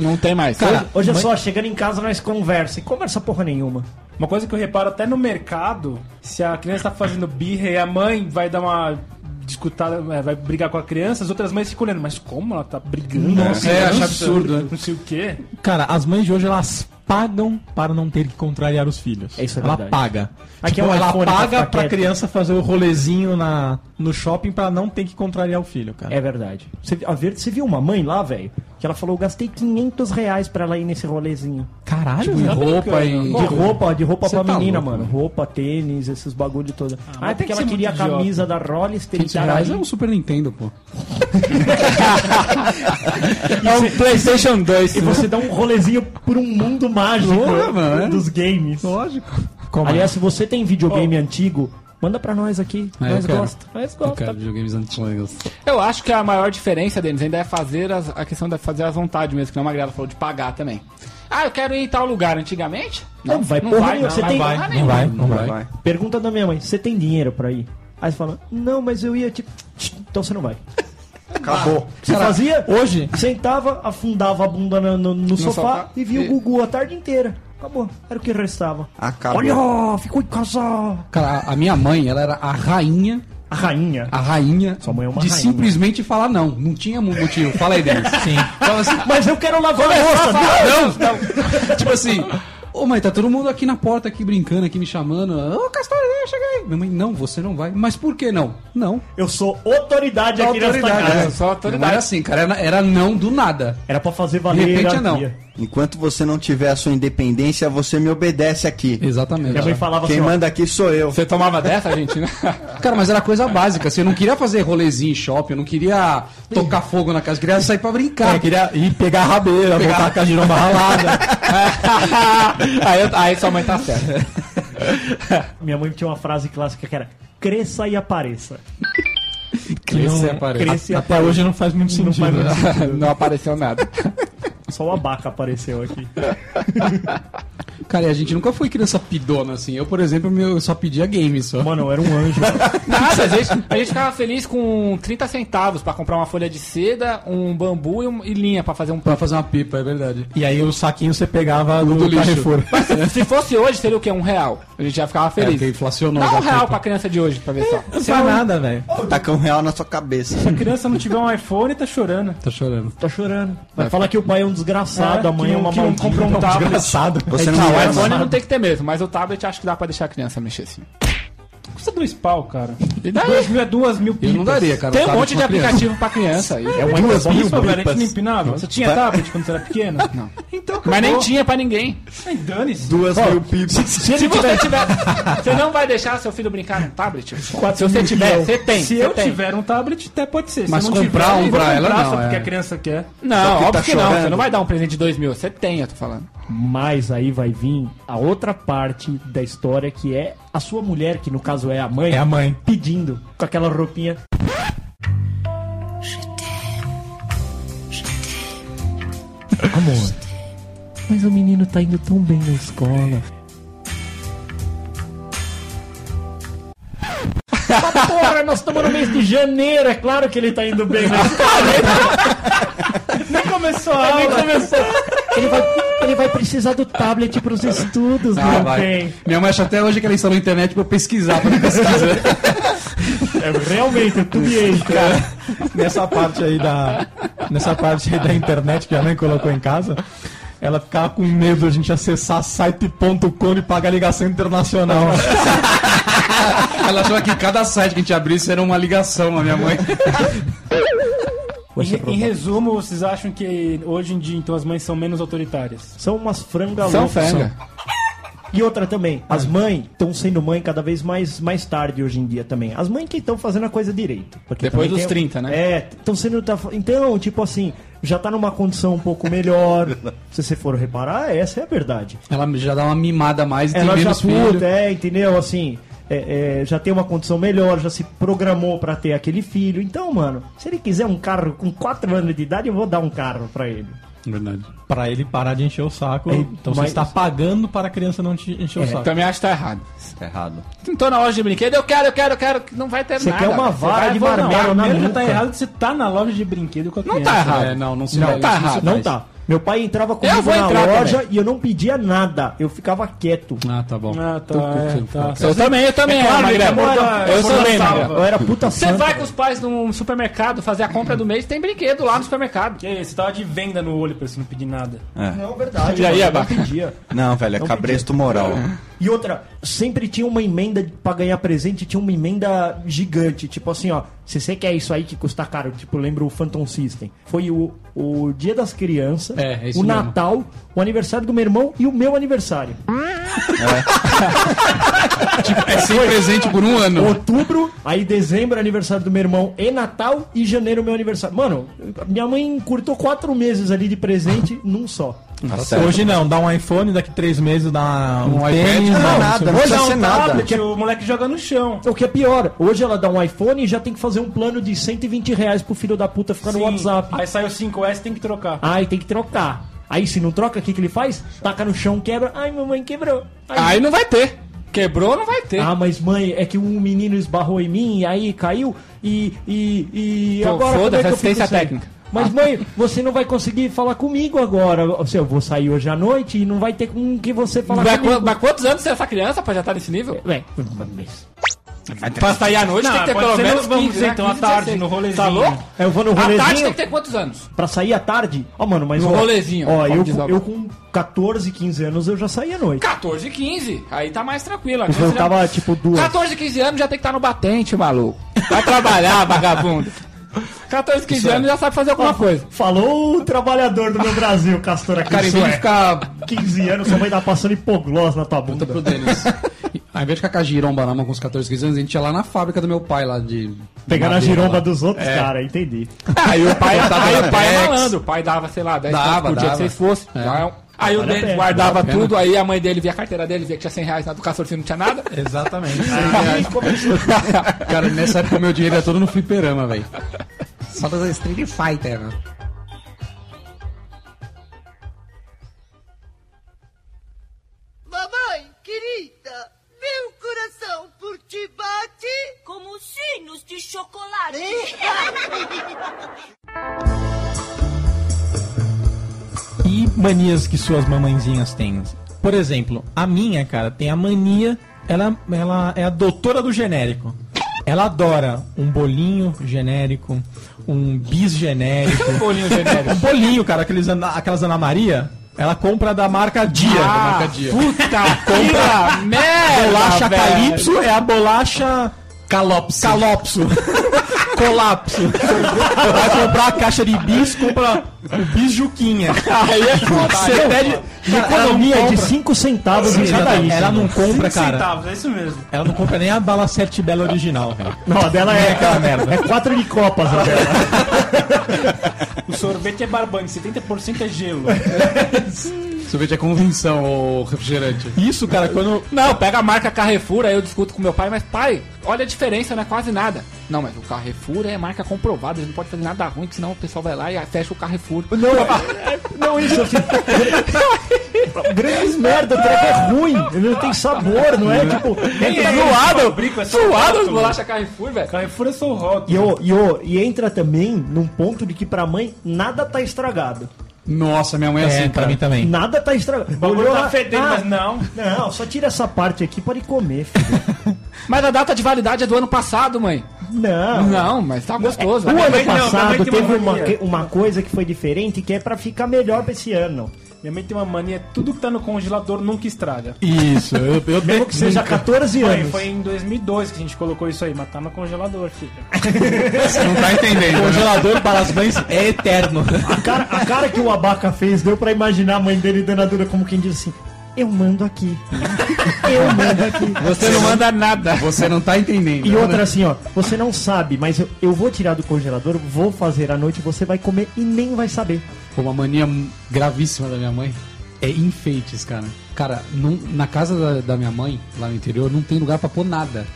Speaker 3: Não tem mais.
Speaker 9: Cara,
Speaker 5: Hoje é só, chegando em casa nós conversa. E conversa porra nenhuma.
Speaker 10: Uma coisa que eu reparo até no mercado, se a criança tá fazendo birra e a mãe vai dar uma discutada, é, vai brigar com a criança, as outras mães ficam olhando, mas como ela tá brigando?
Speaker 9: Nossa,
Speaker 10: com a
Speaker 9: é,
Speaker 10: criança?
Speaker 9: acho absurdo, né?
Speaker 10: Não sei o quê.
Speaker 2: Cara, as mães de hoje, elas pagam para não ter que contrariar os filhos.
Speaker 5: É isso, é
Speaker 2: Ela
Speaker 5: verdade.
Speaker 2: paga.
Speaker 5: Aqui
Speaker 2: Tipo,
Speaker 5: é um
Speaker 2: ela
Speaker 5: iPhone pra
Speaker 2: paga
Speaker 5: ficar
Speaker 2: pra
Speaker 5: quieto.
Speaker 2: criança fazer o rolezinho na, no shopping pra não ter que contrariar o filho, cara.
Speaker 5: É verdade. Você, a Verde, você viu uma mãe lá, velho? Que ela falou: eu gastei 500 reais pra ela ir nesse rolezinho. tipo,
Speaker 2: Caralho,
Speaker 9: Em
Speaker 2: velho.
Speaker 9: roupa, em...
Speaker 5: De roupa, de roupa
Speaker 9: Você
Speaker 5: pra
Speaker 9: tá
Speaker 5: menina,
Speaker 9: louco,
Speaker 5: mano. Roupa, tênis, esses bagulho todo. Ah,
Speaker 10: mas tem
Speaker 5: porque
Speaker 10: que
Speaker 5: ela
Speaker 10: ser
Speaker 5: queria a
Speaker 10: muito idiota.
Speaker 5: camisa da Rolls, tem
Speaker 9: 500 reais é um Super Nintendo, pô.
Speaker 2: É um PlayStation 2.
Speaker 5: E você dá um rolezinho por um mundo mágico
Speaker 9: Porra, mano.
Speaker 5: [LAUGHS]
Speaker 9: é.
Speaker 5: dos games.
Speaker 9: Lógico.
Speaker 2: Como é?
Speaker 5: Aliás, se você tem videogame antigo, manda pra nós aqui.
Speaker 9: É, eu
Speaker 5: nós
Speaker 9: quero.
Speaker 5: gosta. Nós
Speaker 9: Eu
Speaker 5: gosta.
Speaker 9: quero videogames antigos.
Speaker 3: Eu acho que a maior diferença deles ainda é fazer as- a questão de fazer à vontade mesmo, que não a Magrela falou de pagar também. Ah, eu quero ir em tal lugar antigamente?
Speaker 5: Não vai porra nenhuma, você tem-
Speaker 3: porra
Speaker 5: não
Speaker 2: Não
Speaker 3: nenhuma.
Speaker 2: vai, não vai.
Speaker 11: Vai.
Speaker 5: Pergunta da minha mãe: você tem dinheiro pra ir? Aí você fala: não, mas eu ia tipo. "Tch, Então você não vai.
Speaker 11: Acabou.
Speaker 5: Você fazia?
Speaker 2: Hoje,
Speaker 5: Sentava, afundava a bunda no, no- no sofá,
Speaker 3: sofá.
Speaker 5: e via
Speaker 3: E-
Speaker 5: o Gugu a tarde inteira. Acabou. Era o que restava.
Speaker 11: Acabou.
Speaker 5: Olha, ficou em casa.
Speaker 9: Cara, a- a minha mãe, ela era a rainha,
Speaker 5: A rainha.
Speaker 9: a rainha
Speaker 5: Sua mãe é uma
Speaker 9: de
Speaker 5: rainha.
Speaker 9: simplesmente falar não. Não tinha mu- motivo. Fala aí, Denis. Sim. Fala assim,
Speaker 5: Mas eu quero lavar a louça.
Speaker 9: tipo assim, ô mãe, tá todo mundo aqui na porta, aqui brincando, aqui me chamando. Ô, Castanha, chega aí. Minha mãe, não, você não vai. Mas por que não? Não.
Speaker 5: Eu sou é autoridade aqui nesta
Speaker 9: Autoridade.
Speaker 5: casa.
Speaker 9: né?
Speaker 3: só
Speaker 9: Minha
Speaker 3: autoridade.
Speaker 9: mãe Era assim, cara, era, era não do nada.
Speaker 5: Era pra fazer
Speaker 9: De
Speaker 5: valer
Speaker 9: repente
Speaker 5: a
Speaker 9: é não.
Speaker 5: pia.
Speaker 11: Enquanto você não tiver a sua independência, você me obedece aqui.
Speaker 9: Exatamente.
Speaker 5: Minha mãe falava
Speaker 11: Quem
Speaker 5: assim, ó,
Speaker 11: manda aqui sou eu.
Speaker 3: Você tomava dessa, gente? né?
Speaker 9: Cara, mas era coisa básica. Assim, eu não queria fazer rolezinho em shopping, eu não queria tocar fogo na casa, eu queria sair pra brincar.
Speaker 2: eu queria ir pegar a rabeira, voltar com a giromba ralada.
Speaker 3: aí, eu- aí sua mãe tá certa.
Speaker 5: minha mãe tinha uma frase clássica que era cresça e apareça.
Speaker 9: Crescer,
Speaker 2: Não,
Speaker 9: aparece.
Speaker 5: Cresça e
Speaker 2: Até
Speaker 5: apareça.
Speaker 2: hoje não faz muito sentido. né?
Speaker 3: Não apareceu nada.
Speaker 5: Só o abaca apareceu aqui.
Speaker 9: Cara, e a gente nunca foi criança pidona assim. Eu, por exemplo, meu- eu só pedia game só.
Speaker 5: Mano, eu era um
Speaker 2: [LAUGHS]
Speaker 5: anjo.
Speaker 3: Nada, a gente, a gente ficava feliz com 30 centavos pra comprar uma folha de seda, um bambu e, um- e linha pra fazer um
Speaker 9: Pra fazer uma pipa, é verdade.
Speaker 2: [LAUGHS] E aí o saquinho você pegava no
Speaker 9: Do lixo.
Speaker 2: Carrefour.
Speaker 3: Se fosse hoje, seria o quê? Um real. A gente já ficava
Speaker 9: É,
Speaker 3: feliz.
Speaker 9: porque inflacionou
Speaker 3: Dá
Speaker 9: já
Speaker 3: um
Speaker 9: a
Speaker 3: real
Speaker 9: pipa.
Speaker 3: pra criança de hoje, pra ver só.
Speaker 5: é
Speaker 2: Não faz nada, velho.
Speaker 11: Taca um real na
Speaker 5: [LAUGHS]
Speaker 11: sua cabeça.
Speaker 10: Se a criança não tiver um iPhone, tá chorando.
Speaker 9: Tá chorando.
Speaker 5: Tá chorando. Vai falar que o pai é um desgraçado,
Speaker 10: É,
Speaker 5: a mãe
Speaker 10: que
Speaker 5: é
Speaker 10: não-
Speaker 5: uma
Speaker 10: que não
Speaker 5: maldita.
Speaker 10: compra
Speaker 2: tá
Speaker 5: [LAUGHS]
Speaker 10: um tablet.
Speaker 2: Engraçado.
Speaker 11: Você
Speaker 5: É
Speaker 3: Não,
Speaker 11: me
Speaker 3: Ah, o
Speaker 11: ama.
Speaker 3: iPhone não tem que ter mesmo, mas o tablet acho que dá pra deixar a criança mexer assim.
Speaker 10: Custa dois pau, cara.
Speaker 3: E daí?
Speaker 10: Dois mil é duas mil
Speaker 9: Eu não
Speaker 10: pipas.
Speaker 9: daria, cara.
Speaker 3: Tem um
Speaker 9: tablet
Speaker 3: monte de
Speaker 9: pra criança.
Speaker 3: aplicativo pra criança. aí.
Speaker 5: É um Xbox.
Speaker 10: Isso, velho, a gente não empinava. Você tinha tablet quando você era pequeno?
Speaker 3: Não.
Speaker 10: Então, acabou.
Speaker 3: Mas nem tinha pra ninguém.
Speaker 10: Ai, dane-se.
Speaker 11: Duas mil pipas.
Speaker 3: Se você tiver. Você não vai deixar seu filho brincar num tablet? Se você tiver, você tem.
Speaker 10: Se
Speaker 3: você
Speaker 10: eu
Speaker 3: tem.
Speaker 10: tiver um tablet, até pode ser. Se
Speaker 9: Mas
Speaker 10: eu
Speaker 9: comprar
Speaker 10: tiver,
Speaker 9: um
Speaker 10: eu vou
Speaker 9: pra
Speaker 10: comprar
Speaker 9: ela,
Speaker 10: só
Speaker 9: não,
Speaker 10: porque
Speaker 9: é.
Speaker 10: a criança quer.
Speaker 11: Só
Speaker 3: Não,
Speaker 11: que
Speaker 3: óbvio
Speaker 11: tá
Speaker 3: que não. Você
Speaker 11: chorando.
Speaker 3: não vai dar um presente de dois mil. Você tem, eu tô falando.
Speaker 5: Mas aí vai vir a outra parte da história que é a sua mulher, que no caso é a mãe,
Speaker 2: É a mãe.
Speaker 5: pedindo com aquela roupinha. Amor, mas o menino tá indo tão bem na escola. Ah, Porra, nós estamos no mês de janeiro, é claro que ele tá indo bem na escola. [LAUGHS]
Speaker 10: Nem começou a aula.
Speaker 5: Ele vai, ele vai precisar do tablet pros estudos,
Speaker 9: Ah,
Speaker 5: não
Speaker 9: vai.
Speaker 5: tem.
Speaker 9: Minha mãe acha até hoje que ela instalou na internet pra eu pesquisar, pra eu pesquisar.
Speaker 5: É realmente, eu tubiei, cara.
Speaker 2: nessa parte aí da nessa parte aí da internet que a mãe colocou em casa ela ficava com medo de a gente acessar site.com e pagar ligação internacional.
Speaker 9: ela achava que cada site que a gente abrisse era uma ligação, a minha mãe.
Speaker 5: O
Speaker 2: vai ser
Speaker 10: Em, em
Speaker 2: aprovado.
Speaker 10: resumo, vocês acham que hoje em dia, então, as mães são menos autoritárias?
Speaker 5: São umas frangas
Speaker 10: São
Speaker 5: loucas.
Speaker 10: franga.
Speaker 5: E outra também, as mães estão sendo mãe cada vez mais, mais tarde hoje em dia também. As mães que estão fazendo a coisa direito. porque
Speaker 3: Depois
Speaker 5: também
Speaker 3: dos 30, né?
Speaker 5: É, estão sendo. tá- então, tipo assim, já tá numa condição um pouco melhor. Se você for reparar, essa é a verdade.
Speaker 9: Ela já dá uma mimada a mais e tem
Speaker 5: Ela já
Speaker 9: menos
Speaker 5: puta,
Speaker 9: filho.
Speaker 5: é, entendeu? Assim, é, é, já tem uma condição melhor, já se programou pra ter aquele filho. Então, mano, se ele quiser um carro com 4 anos de idade, eu vou dar um carro pra ele.
Speaker 9: Verdade.
Speaker 2: Pra ele parar de encher o saco.
Speaker 5: É,
Speaker 2: então você
Speaker 5: mas-
Speaker 2: está pagando para a criança não te encher o saco.
Speaker 3: Também acho que tá errado.
Speaker 11: Tá errado.
Speaker 3: Não tô na loja de brinquedo, eu quero, eu quero, eu quero. Não vai ter
Speaker 5: Você
Speaker 3: nada.
Speaker 5: quer uma
Speaker 3: cara.
Speaker 5: vara
Speaker 3: vai
Speaker 5: de
Speaker 3: voltar.
Speaker 5: marmelo na
Speaker 10: Primeiro já
Speaker 5: nuca.
Speaker 10: tá errado que você tá na loja de brinquedo com a
Speaker 3: Não
Speaker 10: criança.
Speaker 3: tá errado.
Speaker 9: É, não, não se
Speaker 5: Não,
Speaker 9: vai-
Speaker 3: tá
Speaker 9: isso
Speaker 3: errado.
Speaker 9: se
Speaker 5: Não
Speaker 9: faz.
Speaker 5: tá. Meu pai entrava comigo
Speaker 3: vou
Speaker 5: na
Speaker 3: entrar
Speaker 5: loja
Speaker 3: também.
Speaker 5: e eu não pedia nada. Eu ficava quieto.
Speaker 9: Ah, tá bom.
Speaker 10: Ah, tá,
Speaker 9: Tô
Speaker 10: é,
Speaker 9: curtindo.
Speaker 10: tá.
Speaker 3: Eu também, eu também.
Speaker 5: É Claro,
Speaker 3: Magrelo.
Speaker 5: ele amor da-
Speaker 3: eu
Speaker 5: amor da
Speaker 3: também,
Speaker 5: salva.
Speaker 3: Magrelo.
Speaker 5: Eu era puta
Speaker 3: Você vai com os pais num supermercado fazer a compra do mês, tem brinquedo lá no supermercado.
Speaker 10: E aí, você tava de venda no olho pra você não pedir nada.
Speaker 5: Não, verdade.
Speaker 3: E aí,
Speaker 5: mano, eu
Speaker 3: Abaca?
Speaker 5: não pedia.
Speaker 11: Não, velho, é
Speaker 5: Não
Speaker 11: cabresto moral.
Speaker 5: E outra, sempre tinha uma emenda pra ganhar presente, tinha uma emenda gigante. Tipo assim, ó, se você quer isso aí que custa caro, tipo, lembra o Phantom System. Foi o, o Dia das Crianças,
Speaker 9: É, é isso
Speaker 5: o
Speaker 9: mesmo.
Speaker 5: Natal, o aniversário do meu irmão e o meu aniversário.
Speaker 9: É sem presente por um ano.
Speaker 5: Outubro, aí dezembro, aniversário do meu irmão e Natal, e janeiro, meu aniversário. Mano, minha mãe curtou quatro meses ali de presente num só.
Speaker 11: Tá certo.
Speaker 2: Hoje não, dá um iPhone, daqui três meses dá um,
Speaker 9: Um iPad,
Speaker 2: tênis.
Speaker 9: não,
Speaker 2: não,
Speaker 11: nada,
Speaker 2: isso
Speaker 11: não precisa
Speaker 10: Dá um
Speaker 11: ser nada. [LAUGHS]
Speaker 10: tablet, o moleque joga no chão.
Speaker 5: O que é pior, hoje ela dá um iPhone e já tem que fazer um plano de 120 reais pro filho da puta ficar
Speaker 10: Sim.
Speaker 5: no WhatsApp.
Speaker 10: Aí sai o 5S, tem que trocar.
Speaker 5: Ai, tem que trocar. Aí se não troca, o que, que ele faz? Taca no chão, quebra. Ai, mamãe, quebrou. Ai,
Speaker 3: Aí não vai ter. Quebrou, não vai ter.
Speaker 5: Ah, mas mãe, é que um menino esbarrou em mim e aí caiu e. e, e
Speaker 3: Pô,
Speaker 5: agora. como
Speaker 3: foda,
Speaker 5: é que eu
Speaker 3: assistência
Speaker 5: fico sem?
Speaker 3: técnica.
Speaker 5: Mas mãe, você não vai conseguir falar comigo agora. Ou seja, eu vou sair hoje à noite e não vai ter com que você falar
Speaker 3: Vai-
Speaker 5: comigo.
Speaker 3: Mas quantos anos tem essa criança pra já estar nesse nível?
Speaker 5: Ué, mas-
Speaker 3: Pra sair à noite
Speaker 10: É, Não,
Speaker 3: tem que ter
Speaker 10: pode
Speaker 3: pelo
Speaker 10: ser
Speaker 3: menos
Speaker 10: no- vamos
Speaker 3: 15,
Speaker 10: dizer,
Speaker 3: né?
Speaker 10: então, à
Speaker 3: 15,
Speaker 10: tarde,
Speaker 3: 16.
Speaker 10: no rolezinho.
Speaker 3: Tá louco?
Speaker 5: Eu vou no
Speaker 3: À tarde tem
Speaker 5: rolezinho
Speaker 3: que ter quantos anos?
Speaker 5: pra sair à tarde. Ó, mano, mas.
Speaker 3: No
Speaker 5: ó,
Speaker 3: rolezinho,
Speaker 5: Ó, eu,
Speaker 3: vamos dizer,
Speaker 5: eu com 14, 15 anos eu já saí à noite.
Speaker 3: 14, 15. Aí tá mais tranquilo.
Speaker 5: Eu voltava tipo duas.
Speaker 3: 14, 15 anos já tem que estar no batente, maluco. Vai trabalhar, vagabundo. 14, 15
Speaker 9: é-
Speaker 3: anos já sabe fazer alguma coisa.
Speaker 5: Falou o trabalhador do meu Brasil, Castor aqui.
Speaker 9: Cara, em vez de
Speaker 5: Sué.
Speaker 9: ficar
Speaker 5: 15 anos, sua mãe tá passando hipoglós na tua bunda.
Speaker 9: Pergunta pro Denis. Ao invés de ficar com a giromba na mão com os 14, 15 anos, a gente ia lá na fábrica do meu pai, lá de.
Speaker 5: Pegar na
Speaker 9: madeira,
Speaker 5: giromba
Speaker 9: lá.
Speaker 5: dos outros,
Speaker 10: É.
Speaker 5: cara, entendi.
Speaker 3: Aí Ah, o pai, [LAUGHS]
Speaker 9: Voltava
Speaker 3: aí o pai é
Speaker 9: Pex.
Speaker 3: malandro. O pai dava, sei lá, 10
Speaker 9: Dava,
Speaker 3: conto por dia que
Speaker 9: dava.
Speaker 3: vocês fossem.
Speaker 9: É.
Speaker 3: Já é um- Aí o
Speaker 5: Vale a
Speaker 3: Denis
Speaker 5: pena.
Speaker 3: guardava
Speaker 9: Vale a pena.
Speaker 3: tudo, aí a mãe dele via a carteira dele, via que tinha 100 reais na do Castorcinho, não tinha nada.
Speaker 2: é
Speaker 9: É.
Speaker 2: Exatamente.
Speaker 9: Cara, nessa época meu dinheiro era todo no fliperama, velho. Só das Street Fighter, né?
Speaker 8: Mamãe, querida, meu coração por ti bate.
Speaker 14: Como sinos de chocolate.
Speaker 2: E manias que suas mamãezinhas têm? Por exemplo, a minha, cara, tem a mania. Ela, ela é a doutora do genérico. Ela adora um bolinho genérico, um bis genérico.
Speaker 3: Bolinho genérico.
Speaker 9: [LAUGHS]
Speaker 2: um bolinho, cara, aqueles, Ana- aquelas Ana Maria. Ela compra da marca Dia.
Speaker 3: Ah,
Speaker 9: marca dia.
Speaker 3: puta compra
Speaker 2: Né,
Speaker 3: merda,
Speaker 2: bolacha
Speaker 3: velho.
Speaker 2: Calypso é a bolacha. Calopso. Calopso. [LAUGHS] Colapso. Vai comprar a caixa de bis, compra o bis Juquinha.
Speaker 3: Aí é foda.
Speaker 2: Você pede.
Speaker 5: Economia de 5 centavos em cada
Speaker 2: Ela,
Speaker 5: isso.
Speaker 2: não compra, cara.
Speaker 10: centavos, é isso mesmo.
Speaker 2: Ela não compra nem a bala sete bela original, velho.
Speaker 5: Não, a dela é, é 4 de copas a dela.
Speaker 10: O sorvete é barbante, 70% é gelo.
Speaker 9: Sorvete é convenção, ou refrigerante.
Speaker 2: Isso, cara, quando.
Speaker 3: Não, pega a marca Carrefour, aí eu discuto com meu pai, mas pai, olha a diferença, não é quase nada. Não, mas o Carrefour é marca comprovada, ele não pode fazer nada ruim, que senão o pessoal vai lá e fecha o Carrefour.
Speaker 5: Não, isso assim. Grandes merda, o treco é ruim. Ele não tem sabor, não é? Tipo,
Speaker 3: Ele
Speaker 2: tá
Speaker 3: é zoado, zoado as bolachas Carrefour, velho.
Speaker 10: Carrefour é só rock.
Speaker 5: E, ô, e, ô, e entra também num ponto de que pra mãe nada tá estragado.
Speaker 9: Nossa, minha mãe é, assim, cara.
Speaker 2: também.
Speaker 5: Nada tá estragado. O
Speaker 10: bagulho tá fedendo, mas
Speaker 5: não.
Speaker 10: não.
Speaker 5: Não, só tira essa parte aqui, pode comer,
Speaker 10: [LAUGHS]
Speaker 5: filho.
Speaker 3: Mas a data de validade é do ano passado, mãe.
Speaker 5: Não.
Speaker 3: Não, mas tá gostoso.
Speaker 5: O
Speaker 10: minha
Speaker 5: ano
Speaker 10: mãe- não, minha mãe
Speaker 5: passado
Speaker 10: tem
Speaker 5: teve
Speaker 10: uma
Speaker 5: uma,
Speaker 10: mania.
Speaker 5: que- uma coisa que foi diferente que é pra ficar melhor pra esse ano.
Speaker 10: Minha mãe tem uma mania, tudo que tá no congelador nunca estraga.
Speaker 2: Isso, eu, eu
Speaker 10: Mesmo que seja 14
Speaker 5: Foi-
Speaker 10: anos.
Speaker 5: foi
Speaker 10: em 2002 que a gente colocou isso aí, mas tá no congelador, filho.
Speaker 9: Você não tá entendendo. né?
Speaker 2: Congelador para as mães é eterno.
Speaker 5: A cara, a cara que o Abaca fez deu pra imaginar a mãe dele dando a dura como quem diz assim: Eu mando aqui. [LAUGHS] Eu mando aqui.
Speaker 3: Você não manda nada.
Speaker 9: Você não tá entendendo.
Speaker 5: E outra assim, ó, você não sabe, mas eu, eu vou tirar do congelador, vou fazer à noite, você vai comer e nem vai saber.
Speaker 9: Foi uma mania gravíssima da minha mãe. É enfeites, cara. Cara, não- na casa da, da minha mãe, lá no interior, não tem lugar pra pôr nada.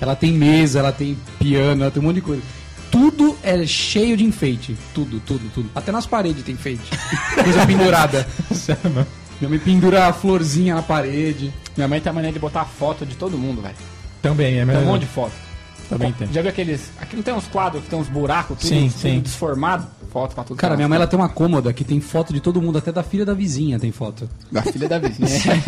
Speaker 9: Ela tem mesa, ela tem piano, ela tem um monte de coisa. Tudo é cheio de enfeite. Tudo, tudo, tudo. Até nas paredes tem enfeite. [LAUGHS] Coisa pendurada. Minha mãe pendura a florzinha na parede.
Speaker 3: Minha mãe tem a mania de botar foto de todo mundo, velho.
Speaker 2: Também, é
Speaker 3: Tem
Speaker 2: melhor.
Speaker 3: um monte de foto.
Speaker 2: Também tem.
Speaker 3: Já viu aqueles. Aqui não tem uns quadros que tem uns buracos, tudo,
Speaker 2: Sim,
Speaker 3: tudo
Speaker 2: sim.
Speaker 3: desformado? Foto pra tudo. é
Speaker 9: Cara, minha mãe ela tem uma cômoda que tem foto de todo mundo, até da filha da vizinha tem foto.
Speaker 3: Da filha [LAUGHS] da vizinha.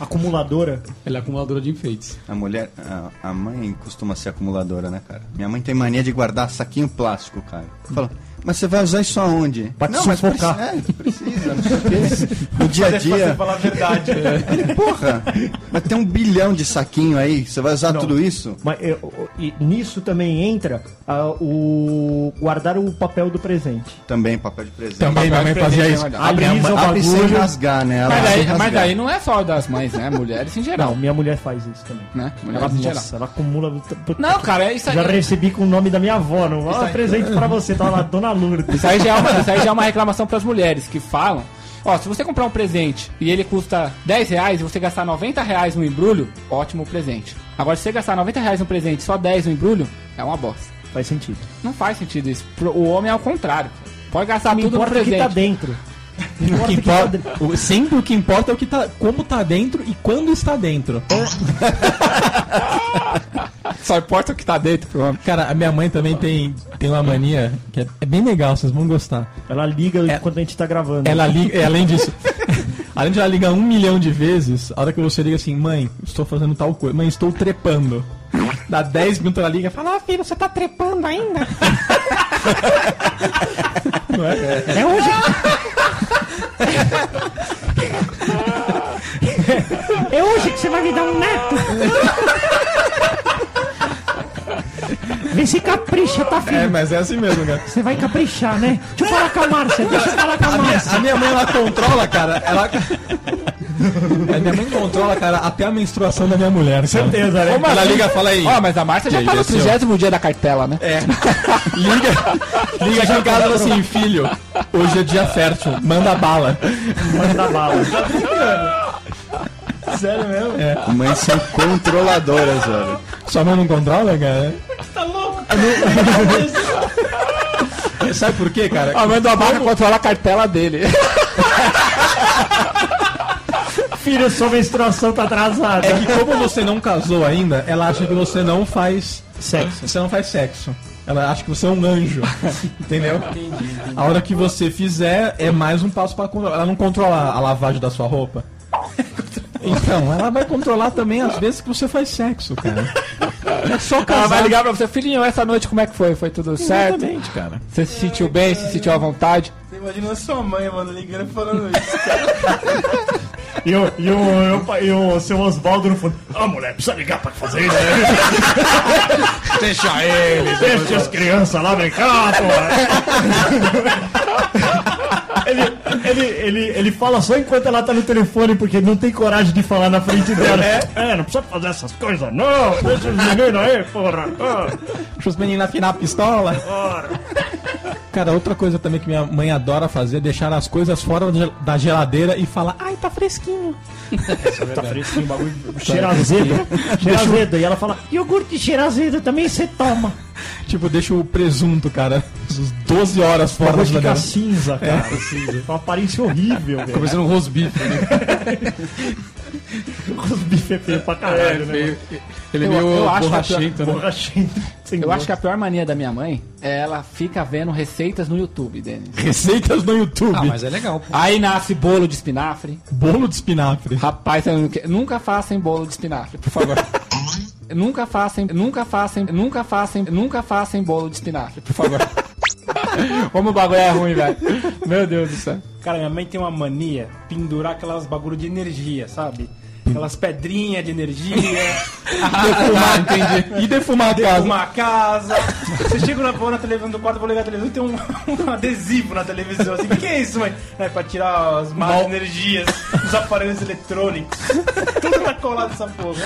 Speaker 5: Acumuladora.
Speaker 9: Ela é acumuladora de enfeites.
Speaker 11: A mulher, a, a mãe costuma ser acumuladora, né, cara? Minha mãe tem mania de guardar saquinho plástico, cara. Fala, mas você vai usar isso aonde?
Speaker 5: Pra te
Speaker 11: mas
Speaker 5: sufocar."
Speaker 11: precisa, é, precisa,
Speaker 5: [LAUGHS]
Speaker 11: não sei o quê. No dia a dia.
Speaker 10: falar a verdade.
Speaker 11: [LAUGHS] Porra, mas tem um bilhão de saquinho aí, você vai usar tudo isso?
Speaker 5: Mas eu- eu- e nisso também entra ah, o guardar o papel do presente.
Speaker 11: Também, papel de presente.
Speaker 2: Também minha mãe fazia isso.
Speaker 5: Abrisa o
Speaker 11: Abre sem
Speaker 5: bagulho.
Speaker 11: rasgar, né? Ela
Speaker 3: mas,
Speaker 11: sem
Speaker 3: daí,
Speaker 11: rasgar.
Speaker 3: mas daí não é só das mães, né? Mulheres em
Speaker 5: Não,
Speaker 3: geral.
Speaker 5: minha mulher faz isso também.
Speaker 3: Né?
Speaker 5: Ela,
Speaker 3: Mulheres em geral.
Speaker 5: nossa, ela acumula. puta,
Speaker 3: Não, cara, é isso aí.
Speaker 5: Já recebi com o nome da minha avó, não. Ah,
Speaker 3: aí.
Speaker 5: presente pra você, tava lá, Dona Lourdes.
Speaker 3: Isso aí, já é uma, isso aí já é uma reclamação pras mulheres que falam. Ó, se você comprar um presente e ele custa 10 reais e você gastar 90 reais no embrulho, ótimo presente. Agora, se você gastar 90 reais no presente e só 10 no embrulho, é uma bosta.
Speaker 5: Faz sentido.
Speaker 3: Não faz sentido isso. Pro- O homem é o contrário. Pode gastar
Speaker 5: Não
Speaker 3: tudo no
Speaker 5: importa o que
Speaker 3: presente.
Speaker 5: tá
Speaker 3: [LAUGHS]
Speaker 5: dentro. Não
Speaker 2: O que
Speaker 5: importa o que tá
Speaker 2: importa,
Speaker 5: dentro.
Speaker 2: o- sempre o que importa é o que tá, como tá dentro e quando está dentro.
Speaker 3: Só importa o que tá dentro pro homem.
Speaker 2: Cara, a minha mãe também tem, tem uma mania que é, é bem legal, vocês vão gostar.
Speaker 5: Ela liga enquanto a gente tá gravando.
Speaker 2: Ela liga, é, além disso, [LAUGHS] além de ela ligar um milhão de vezes, a hora que você liga assim, mãe, estou fazendo tal coisa, mãe, estou trepando. Dá 10 minutos ela liga e fala, ah, filho, você tá trepando ainda? Não é? É hoje.
Speaker 5: [LAUGHS] É hoje que você vai me dar
Speaker 2: [LAUGHS]
Speaker 5: um neto. Vê se capricha, tá, filho?
Speaker 2: É, mas é assim mesmo, cara.
Speaker 5: Você vai caprichar, né? Deixa eu falar com a Márcia, deixa eu falar com a
Speaker 2: A minha,
Speaker 5: Márcia.
Speaker 2: a minha mãe, ela controla, cara. Ela... [LAUGHS] A minha mãe controla, cara, até a menstruação da minha mulher. cara.
Speaker 5: Certeza, né?
Speaker 2: Ela liga e fala aí.
Speaker 3: Ó, mas a Márcia já
Speaker 2: E aí,
Speaker 3: tá no
Speaker 2: desceu.
Speaker 3: 30 dia da cartela, né?
Speaker 2: assim, É. Liga, liga aqui em casa e fala assim, filho, hoje é dia fértil, manda bala.
Speaker 5: Manda bala.
Speaker 10: Sério mesmo?
Speaker 11: Mães são controladoras, velho.
Speaker 2: Sua mãe não controla, cara? [LAUGHS] Tá louco? Sabe por quê, cara?
Speaker 3: A mãe do Abaca controla a cartela dele.
Speaker 5: Filho, sua menstruação tá atrasada.
Speaker 2: É que como você não casou ainda, ela acha que você não faz
Speaker 5: Sexo.
Speaker 2: Você não faz sexo. Ela acha que você é um anjo. entendeu? A hora que você fizer é mais um passo para controlar. Ela não controla a lavagem da sua roupa. Então, ela vai controlar também as vezes que você faz sexo, cara. É só
Speaker 3: Ela vai
Speaker 2: casar.
Speaker 3: ligar pra você, filhinho, essa noite como é que foi? Foi tudo certo?
Speaker 2: Exatamente, cara.
Speaker 3: Você se sentiu bem? Se sentiu à vontade?
Speaker 10: Você imagina a sua mãe, mano, ligando e falando isso.
Speaker 5: E o, e o, e o, e o seu Oswaldo assim, no fundo. Ah, mulher, precisa ligar pra fazer isso, né?
Speaker 9: [LAUGHS] Deixa ele!
Speaker 5: Deixa as crianças lá brincar, pô. Ele, ele, ele, ele fala só enquanto ela tá no telefone, porque não tem coragem de falar na frente dela. É, não precisa fazer essas coisas, não. Deixa os meninos aí, porra. Ah,
Speaker 2: Deixa os meninos afinar a pistola. Cara, outra coisa também que minha mãe adora fazer é deixar as coisas fora da gel- da geladeira e falar, ai, tá fresquinho.
Speaker 5: tá fresquinho, o bagulho. Cheira azedo. Cheira azedo. E ela fala, iogurte cheira azedo também você toma.
Speaker 2: Tipo, deixa o presunto, cara, [LAUGHS] uns 12 horas
Speaker 5: O
Speaker 2: fora da
Speaker 5: bagulho fica
Speaker 2: geladeira.
Speaker 5: cinza, cara. Cinza. Uma aparência horrível, velho.
Speaker 9: Começando um rosbife, né?
Speaker 5: Os bife é feio pra caralho, né?
Speaker 9: Ele é
Speaker 3: Eu-
Speaker 9: meio
Speaker 3: eu acho
Speaker 9: borrachento, né?
Speaker 5: Borrachento. sem
Speaker 3: Eu acho
Speaker 5: gosto.
Speaker 3: que a pior mania da minha mãe é ela fica vendo receitas no YouTube, Denis.
Speaker 2: Receitas no YouTube.
Speaker 9: Ah, mas é legal, pô.
Speaker 3: Aí nasce bolo de espinafre.
Speaker 2: Bolo de espinafre.
Speaker 3: Rapaz, eu não que- nunca façam bolo de espinafre, por [LAUGHS] favor. nunca façam, nunca façam, nunca façam, nunca façam bolo de espinafre, por favor. Como o bagulho é ruim, velho. Meu Deus do céu.
Speaker 10: Cara, minha mãe tem uma mania pendurar aquelas bagulho de energia, sabe? Aquelas pedrinhas de energia.
Speaker 2: Defumar, entendi. E defumar a casa.
Speaker 10: Defumar a casa. Você chega na, vou na televisão do quarto, vou ligar a televisão e tem um, um adesivo na televisão. Assim, o que é isso, mãe? É pra tirar as más energias dos aparelhos eletrônicos. Tudo tá colado nessa porra.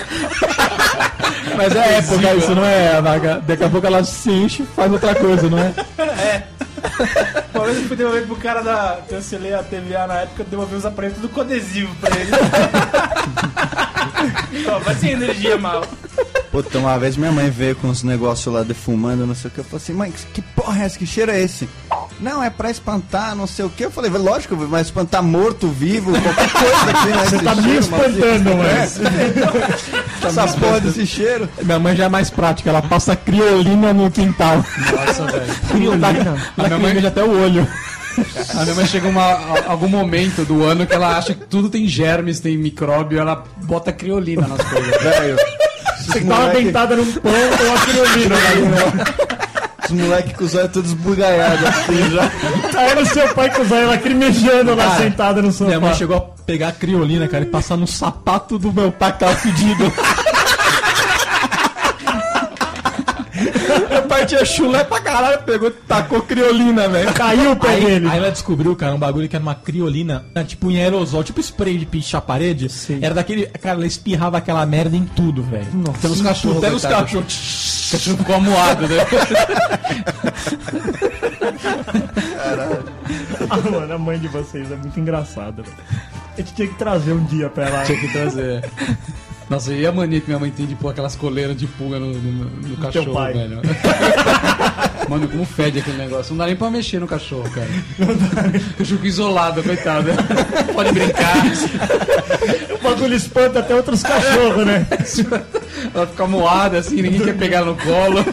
Speaker 2: Mas é época, isso não é, Vaga. Daqui a pouco ela se enche e faz outra coisa, não é?
Speaker 10: Uma vez eu fui devolver pro cara da. Cancelei a TVA na época, eu devolvi os aparelhos tudo com adesivo pra ele. Ó, vai sem energia mal.
Speaker 11: Puta, uma vez minha mãe veio com uns negócios lá defumando, não sei o que. Eu falei assim, mãe, que porra é essa? Que cheiro é esse? Não, é pra espantar, não sei o que. Eu falei, lógico, vai espantar morto, vivo, qualquer coisa aqui, né? Você
Speaker 2: tá me espantando, é?
Speaker 11: Essa porra desse cheiro.
Speaker 2: Minha mãe já é mais prática, ela passa criolina no quintal. [LAUGHS] Criolina? Ela
Speaker 9: minha mãe-
Speaker 2: criolinha até o olho.
Speaker 9: A minha mãe né? chega uma, a- algum momento do ano que ela acha que tudo tem germes, tem micróbio, ela bota criolina nas coisas.
Speaker 11: Velho,
Speaker 5: Você que tava deitada num pão ou
Speaker 2: [LAUGHS]
Speaker 5: a criolina.
Speaker 11: os moleques com os olhos todos bugaiados assim já.
Speaker 5: Aí era Tá o seu pai com o zóio lacrimejando lá
Speaker 2: Cara,
Speaker 5: sentada no sofá.
Speaker 2: Minha mãe chegou a pegar a criolina, cara, e passar no sapato do meu pai que tava fedido. [LAUGHS] meu pai tinha chulé pra caralho, pegou, tacou criolina, velho.
Speaker 5: Caiu o pé
Speaker 2: Aí,
Speaker 5: dele.
Speaker 2: aí ela descobriu, cara, um bagulho que era uma criolina, né, tipo em aerosol, tipo spray de pichar a parede. Era daquele. Cara, ela espirrava aquela merda em tudo, velho.
Speaker 9: Tem uns cachorros,
Speaker 2: Até nos
Speaker 9: coitado.
Speaker 2: cachorros.
Speaker 9: O cachorro ficou amuado, né?
Speaker 5: Ah, mano, a mãe de vocês é muito engraçada. velho. A gente tinha que trazer um dia pra ela.
Speaker 9: Tinha que trazer. Nossa, e a mania que minha mãe tem de pôr aquelas coleiras de pulga no, no- no cachorro,
Speaker 5: pai.
Speaker 9: velho? Mano, como fede aquele negócio. Não dá nem pra mexer no cachorro, cara. O cachorro fica isolado, coitado. Pode brincar.
Speaker 5: O bagulho espanta até outros cachorros, né?
Speaker 9: Ela fica moada, assim, ninguém quer pegar no colo.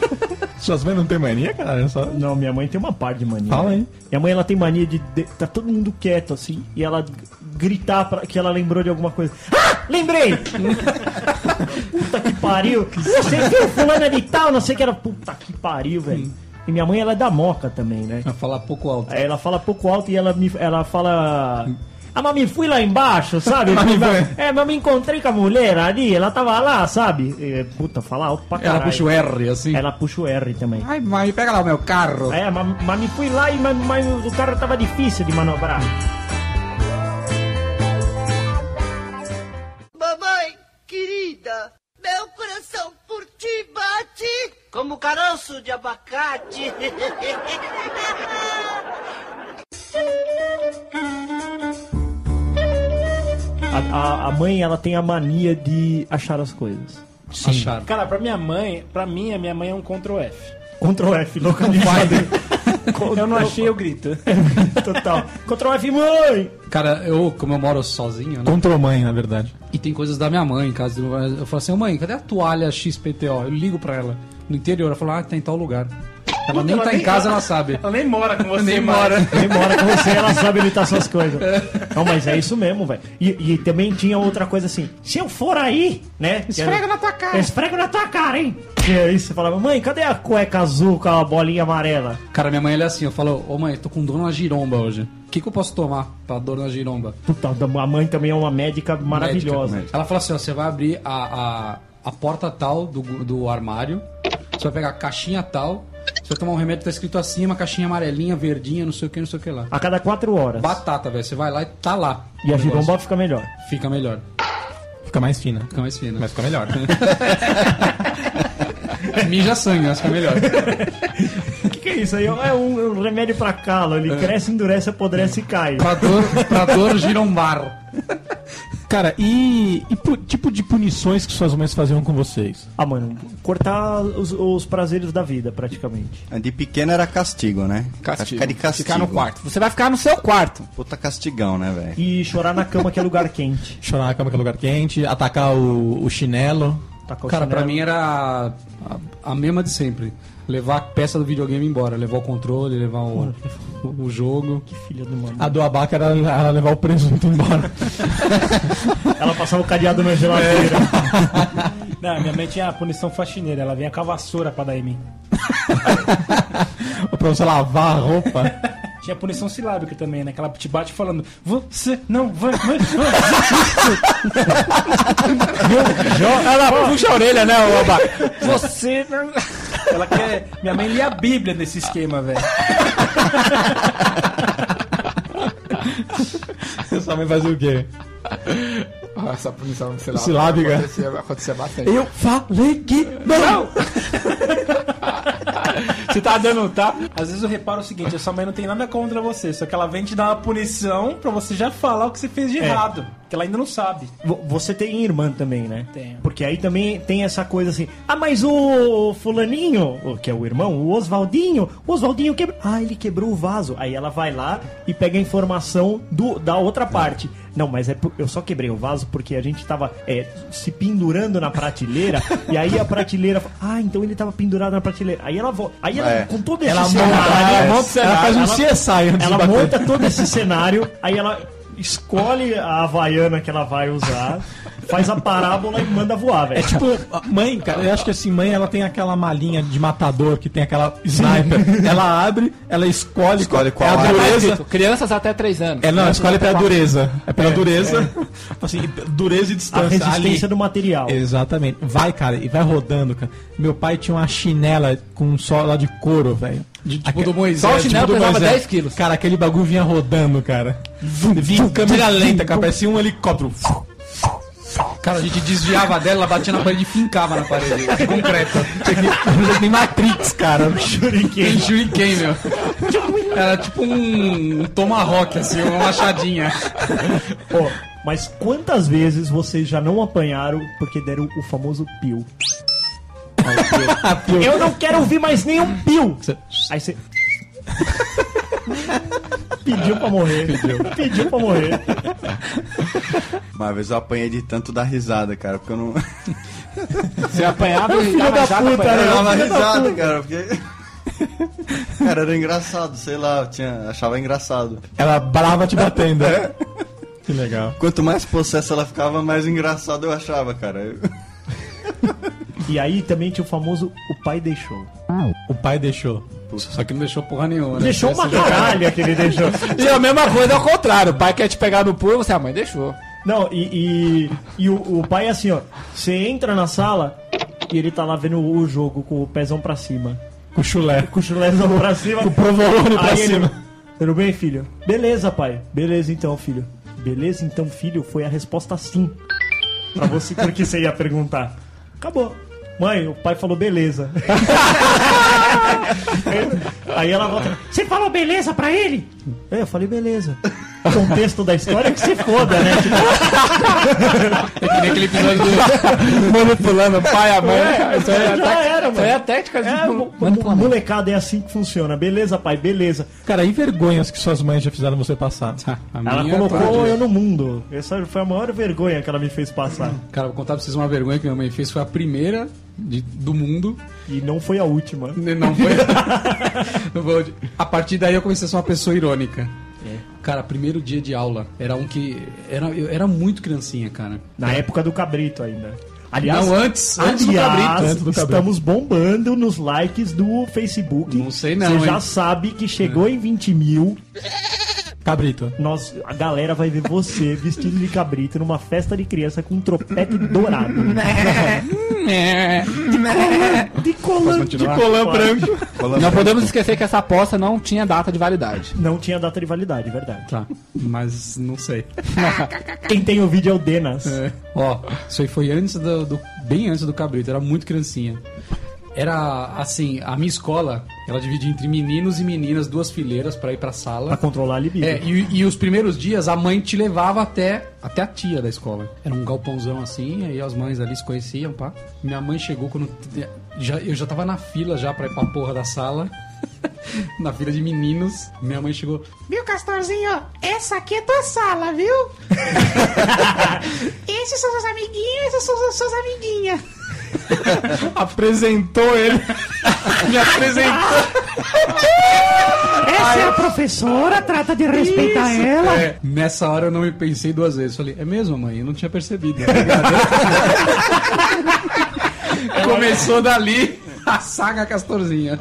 Speaker 2: Suas mães não tem mania, cara? É Só...
Speaker 5: Não, minha mãe tem uma par de mania.
Speaker 2: Fala aí.
Speaker 5: Minha mãe ela tem mania de, de- tá todo mundo quieto assim e ela g- gritar pra, que ela lembrou de alguma coisa. Ah, lembrei. [LAUGHS] puta que pariu. Você viu fulana de tal, não sei o que era. Puta que pariu, velho. E minha mãe ela é da moca também, né?
Speaker 9: Vai falar pouco alto.
Speaker 5: Aí ela fala pouco alto e ela me ela fala ah, mas me fui lá embaixo, sabe?
Speaker 2: Mas me foi.
Speaker 5: é, mas me encontrei com a mulher ali, ela tava lá, sabe? É, Puta, fala alto pra caralho.
Speaker 9: Ela puxa o R, assim.
Speaker 5: Ela puxa o R também.
Speaker 9: Ai, mãe, pega lá o meu carro.
Speaker 5: É, mas, mas me fui lá e mas, mas o carro tava difícil de manobrar.
Speaker 1: Mamãe, querida, meu coração por ti bate como caroço de abacate. [LAUGHS]
Speaker 5: A, a- a mãe, ela tem a mania de achar as coisas.
Speaker 9: Acharam.
Speaker 10: Cara, pra minha mãe, pra mim, a minha mãe é um Ctrl F.
Speaker 5: Ctrl F, localizado.
Speaker 10: Eu não achei, eu grito.
Speaker 5: É, Total. Ctrl F, mãe!
Speaker 9: Cara, eu, como eu moro sozinho, né?
Speaker 2: Contra a mãe, na verdade.
Speaker 9: E tem coisas da minha mãe em casa. Eu falo assim, "Ô, mãe, cadê a toalha XPTO? Eu ligo pra ela no interior. Ela fala, ah, tá em tal lugar. Ela nem tá em casa, ela sabe.
Speaker 10: Ela nem mora com você,
Speaker 9: Nem
Speaker 10: mais.
Speaker 9: mora.
Speaker 5: Demora com você, ela sabe imitar suas coisas. Não, mas é isso mesmo, velho. E, e também tinha outra coisa assim: se eu for aí, né? Esfrega na tua cara. Esfrega na tua cara, hein? E aí você falava: mãe, cadê a cueca azul com a bolinha amarela?
Speaker 9: Cara, minha mãe ela é assim, eu falo, ô mãe, tô com dor na giromba hoje. O que, que eu posso tomar pra dor na giromba?
Speaker 5: Puta, a mãe também é uma médica maravilhosa.
Speaker 9: Médica. Ela fala assim, ó, você vai abrir a, a, a porta tal do, do armário, você vai pegar a caixinha tal, você vai tomar um remédio que tá escrito acima, caixinha amarelinha, verdinha, não sei o que, não sei o que lá.
Speaker 5: A cada quatro horas.
Speaker 9: Batata, velho, você vai lá e tá lá.
Speaker 5: E a
Speaker 9: O negócio.
Speaker 5: giromba fica melhor.
Speaker 9: Fica melhor,
Speaker 2: Fica mais fina.
Speaker 9: fica mais fina.
Speaker 2: Mas fica melhor.
Speaker 9: [LAUGHS] Mija sangue, mas fica melhor.
Speaker 5: O que, que é isso aí? É um, é um remédio pra calo.
Speaker 9: É.
Speaker 5: Ele cresce, endurece, apodrece e cai.
Speaker 9: Pra dor, pra dor um girombar.
Speaker 2: Cara, e, e pu- tipo de punições que suas mães faziam com vocês?
Speaker 5: Ah, mano, cortar os, os prazeres da vida, praticamente.
Speaker 11: De pequeno era castigo, né?
Speaker 3: Castigo.
Speaker 11: Ficar de castigo.
Speaker 3: Ficar no quarto. Você vai ficar no seu quarto.
Speaker 11: Puta castigão, né, velho?
Speaker 5: E chorar na cama, que é lugar quente.
Speaker 2: Chorar na cama que é lugar quente, atacar o, o chinelo.
Speaker 5: Tacar o
Speaker 9: Cara, pra
Speaker 5: chinelo.
Speaker 9: mim era a, a- a mesma de sempre. Levar a peça do videogame embora, levar o controle, levar o, o- o jogo.
Speaker 5: Que filha do mano.
Speaker 2: A do abaca era, era levar o presunto embora.
Speaker 5: Ela passava o cadeado na
Speaker 9: É.
Speaker 5: geladeira.
Speaker 10: Não, minha mãe tinha a punição faxineira, ela vinha com a vassoura pra dar em mim.
Speaker 2: pra você lavar a roupa.
Speaker 10: Tinha punição silábica também, né? Que ela te bate falando, você não vai mais [LAUGHS] fazer isso."
Speaker 3: Ela puxa a orelha, né, Oba?
Speaker 10: Você não... [LAUGHS] Ela quer... Minha mãe lia a Bíblia nesse esquema, velho.
Speaker 2: Sua mãe fazia o quê?
Speaker 3: Ah, Essa punição silábica.
Speaker 2: Silábica.
Speaker 3: Acontecia, acontecia bastante.
Speaker 2: Eu falei que não!
Speaker 10: Você tá dando um tapa? Às vezes eu reparo o seguinte, a sua mãe não tem nada contra você, só que ela vem te dar uma punição pra você já falar o que você fez
Speaker 3: É.
Speaker 10: de errado. Que ela ainda não sabe.
Speaker 5: Vo- Você tem irmã também, né?
Speaker 10: Tenho.
Speaker 5: Porque aí também tem essa coisa assim. Ah, mas o fulaninho, o que é o irmão, o Oswaldinho, o Oswaldinho quebrou. Ah, ele quebrou o vaso. Aí ela vai lá e pega a informação do, da outra parte. Não, mas é por- eu só quebrei o vaso porque a gente tava é, se pendurando na prateleira e aí a prateleira. fa- Ah, então ele tava pendurado na prateleira. Aí ela volta. Aí ela,
Speaker 11: É.
Speaker 5: com todo esse
Speaker 2: Ela monta,
Speaker 5: cenário-
Speaker 2: ela, monta, ela faz um
Speaker 5: Ela-
Speaker 2: CSI antes
Speaker 5: ela
Speaker 2: de bater.
Speaker 5: monta todo esse cenário, aí ela escolhe a Havaiana que ela vai usar, faz a parábola e manda voar,
Speaker 2: É
Speaker 5: velho.
Speaker 2: tipo, mãe, cara, eu acho que assim, mãe, ela tem aquela malinha de matador que tem aquela sniper. Ela abre, ela escolhe,
Speaker 11: Escolhe qual
Speaker 2: é a
Speaker 11: arma.
Speaker 2: dureza.
Speaker 3: Crianças até 3 anos.
Speaker 2: É, não, escolhe pela dureza. É pela dureza. Assim, dureza e
Speaker 5: A
Speaker 2: distância.
Speaker 5: resistência
Speaker 2: ali. É.
Speaker 5: do material.
Speaker 2: Exatamente. Vai, cara, e vai rodando, cara. Meu pai tinha uma chinela com sola de couro, velho. De-
Speaker 9: tipo
Speaker 2: Aque-
Speaker 9: do Moisés.
Speaker 2: Só o
Speaker 3: Tipo
Speaker 2: chinelo
Speaker 3: do
Speaker 2: pesava
Speaker 3: Moisés.
Speaker 2: 10 quilos. Cara, aquele bagulho vinha rodando, cara. Vinha câmera lenta, cara. Parecia um helicóptero.
Speaker 9: Cara, a gente desviava dela, ela batia na parede e fincava na parede. Concreto.
Speaker 2: Nem Matrix, cara.
Speaker 9: Tem Shuriken, meu. Era tipo um tomahawk, assim, uma machadinha.
Speaker 5: Ó, mas quantas vezes vocês já não apanharam porque deram o famoso pio? Aí, pio. Eu não quero ouvir mais nenhum pio! Aí você. Pediu pra morrer. Pediu. pra morrer.
Speaker 11: Uma vez eu apanhei de tanto dar risada, cara, porque eu não. Eu
Speaker 3: Você apanhava e
Speaker 5: Filho da
Speaker 3: dava jada,
Speaker 5: puta,
Speaker 3: apanhava.
Speaker 5: né?
Speaker 11: dava
Speaker 5: filho da
Speaker 11: risada, cara, porque. [LAUGHS] Cara, era engraçado, sei lá, eu tinha, achava engraçado.
Speaker 2: Ela brava te batendo. Que legal.
Speaker 11: Quanto mais possesso ela ficava, mais engraçado eu achava, cara. Eu-
Speaker 5: E aí também tinha o famoso o pai deixou.
Speaker 2: O pai deixou.
Speaker 9: Só que não deixou porra nenhuma. Né?
Speaker 5: Deixou uma caralha que ele deixou.
Speaker 3: E a mesma coisa ao contrário. O pai quer te pegar no pulo, você, a mãe deixou.
Speaker 5: Não, e, e, e o, o pai é assim, ó. Você entra na sala e ele tá lá vendo o jogo com o pezão pra cima.
Speaker 2: Com chulé.
Speaker 5: Com o chulézão pra cima.
Speaker 2: Com o provolone pra
Speaker 5: Aí ele,
Speaker 2: cima.
Speaker 5: Tudo bem, filho? Beleza, pai. Beleza então, filho. Beleza então, filho, foi a resposta sim. Pra você, porque você ia perguntar. Acabou. Mãe, o pai falou beleza. [LAUGHS] Aí ela volta. Você falou beleza pra ele? É, eu falei beleza. O contexto da história é que se foda, né? Tipo,
Speaker 9: É que nem aquele episódio do. [LAUGHS]
Speaker 3: Manipulando o pai, a mãe.
Speaker 5: É,
Speaker 3: isso aí é
Speaker 5: já
Speaker 3: tática-
Speaker 5: era,
Speaker 3: isso aí
Speaker 5: mano.
Speaker 3: é técnica de.
Speaker 5: é, mo- mo- molecada é assim que funciona. Beleza, pai, beleza.
Speaker 2: Cara, e vergonhas que suas mães já fizeram você passar?
Speaker 9: A
Speaker 5: Ela
Speaker 9: minha, tá.
Speaker 5: colocou
Speaker 9: claro.
Speaker 5: eu no mundo. Essa foi a maior vergonha que ela me fez passar.
Speaker 9: Cara, vou contar pra vocês uma vergonha que minha mãe fez. Foi a primeira de- do mundo.
Speaker 5: E não foi a última.
Speaker 9: Não foi. [LAUGHS] Não vou- a partir daí eu comecei a ser uma pessoa irônica. Cara, primeiro dia de aula. Era um que. Era, eu era muito criancinha, cara.
Speaker 5: Na época do cabrito ainda. Aliás,
Speaker 9: não, antes,
Speaker 5: aliás,
Speaker 9: antes do cabrito.
Speaker 2: antes do cabrito.
Speaker 5: estamos bombando nos likes do Facebook.
Speaker 9: Não sei não,
Speaker 5: Você já
Speaker 9: hein?
Speaker 5: sabe que chegou em 20 mil.
Speaker 2: Cabrito.
Speaker 5: Nós, a galera vai ver
Speaker 9: [LAUGHS]
Speaker 5: você vestido de cabrito numa festa de criança com um tropete dourado.
Speaker 9: Né?
Speaker 5: de colã, de colã branco.
Speaker 3: Não podemos esquecer que essa aposta não tinha data de validade.
Speaker 5: Não tinha data de validade, é verdade.
Speaker 9: Tá, mas não sei.
Speaker 5: Quem tem o vídeo é o Denas.
Speaker 9: É. Ó, isso aí foi antes do, do- bem antes do cabrito, era muito criancinha. Era assim, a minha escola, ela dividia entre meninos e meninas, duas fileiras pra ir pra
Speaker 5: Pra
Speaker 9: sala.
Speaker 5: controlar a libido.
Speaker 9: É, e, e os primeiros dias a mãe te levava até, até a tia da escola. Era um galpãozão assim, aí as mães ali se conheciam, pá. Minha mãe chegou quando. Já, eu já tava na fila já pra ir pra porra da sala. [LAUGHS] na fila de meninos. Minha mãe chegou.
Speaker 15: Viu, Castorzinho? Essa aqui é tua sala, viu? esses são seus amiguinhos, esses são suas amiguinhas.
Speaker 2: Apresentou ele.
Speaker 9: Me apresentou!
Speaker 15: Essa é a professora, trata de respeitar ela.
Speaker 9: É, nessa hora eu não me pensei duas vezes. Falei, é mesmo, mãe? Eu não tinha percebido. tá [LAUGHS] é. Começou dali a saga Castorzinha.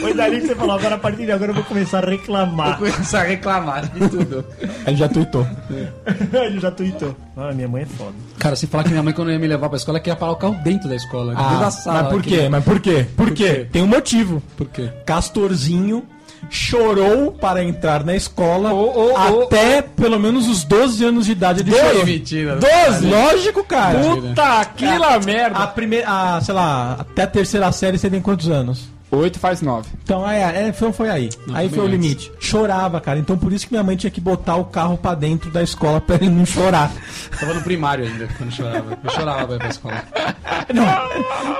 Speaker 5: Foi dali que você falou, agora a partir de agora eu vou começar a reclamar.
Speaker 9: Vou começar a reclamar de tudo.
Speaker 2: Ele já tuitou.
Speaker 5: [LAUGHS] Ele já tuitou. Ah, minha mãe é foda.
Speaker 9: Cara, se falar que minha mãe, quando ia me levar pra escola, queria parar o carro dentro da escola. dentro da sala.
Speaker 2: Ah, mas por
Speaker 9: queria-
Speaker 2: quê? Mas por quê? Por, quê?
Speaker 9: quê?
Speaker 2: Tem um motivo.
Speaker 9: Por quê?
Speaker 2: Castorzinho chorou para entrar na escola
Speaker 3: ô, ô.
Speaker 2: até pelo menos os 12 anos de idade ele chorou.
Speaker 9: mentira.
Speaker 2: 12? Lógico, cara. É,
Speaker 3: Puta, que lá merda.
Speaker 2: A primeira, a, sei lá, até a terceira série você tem quantos anos?
Speaker 3: 8 faz 9.
Speaker 2: Então é, é, foi, foi aí. aí
Speaker 9: também
Speaker 2: foi o
Speaker 9: antes.
Speaker 2: limite. Chorava, cara. Então por isso que minha mãe tinha que botar o carro pra dentro da escola pra ele não chorar.
Speaker 9: Tava no primário ainda, quando chorava. Eu chorava pra ir pra escola.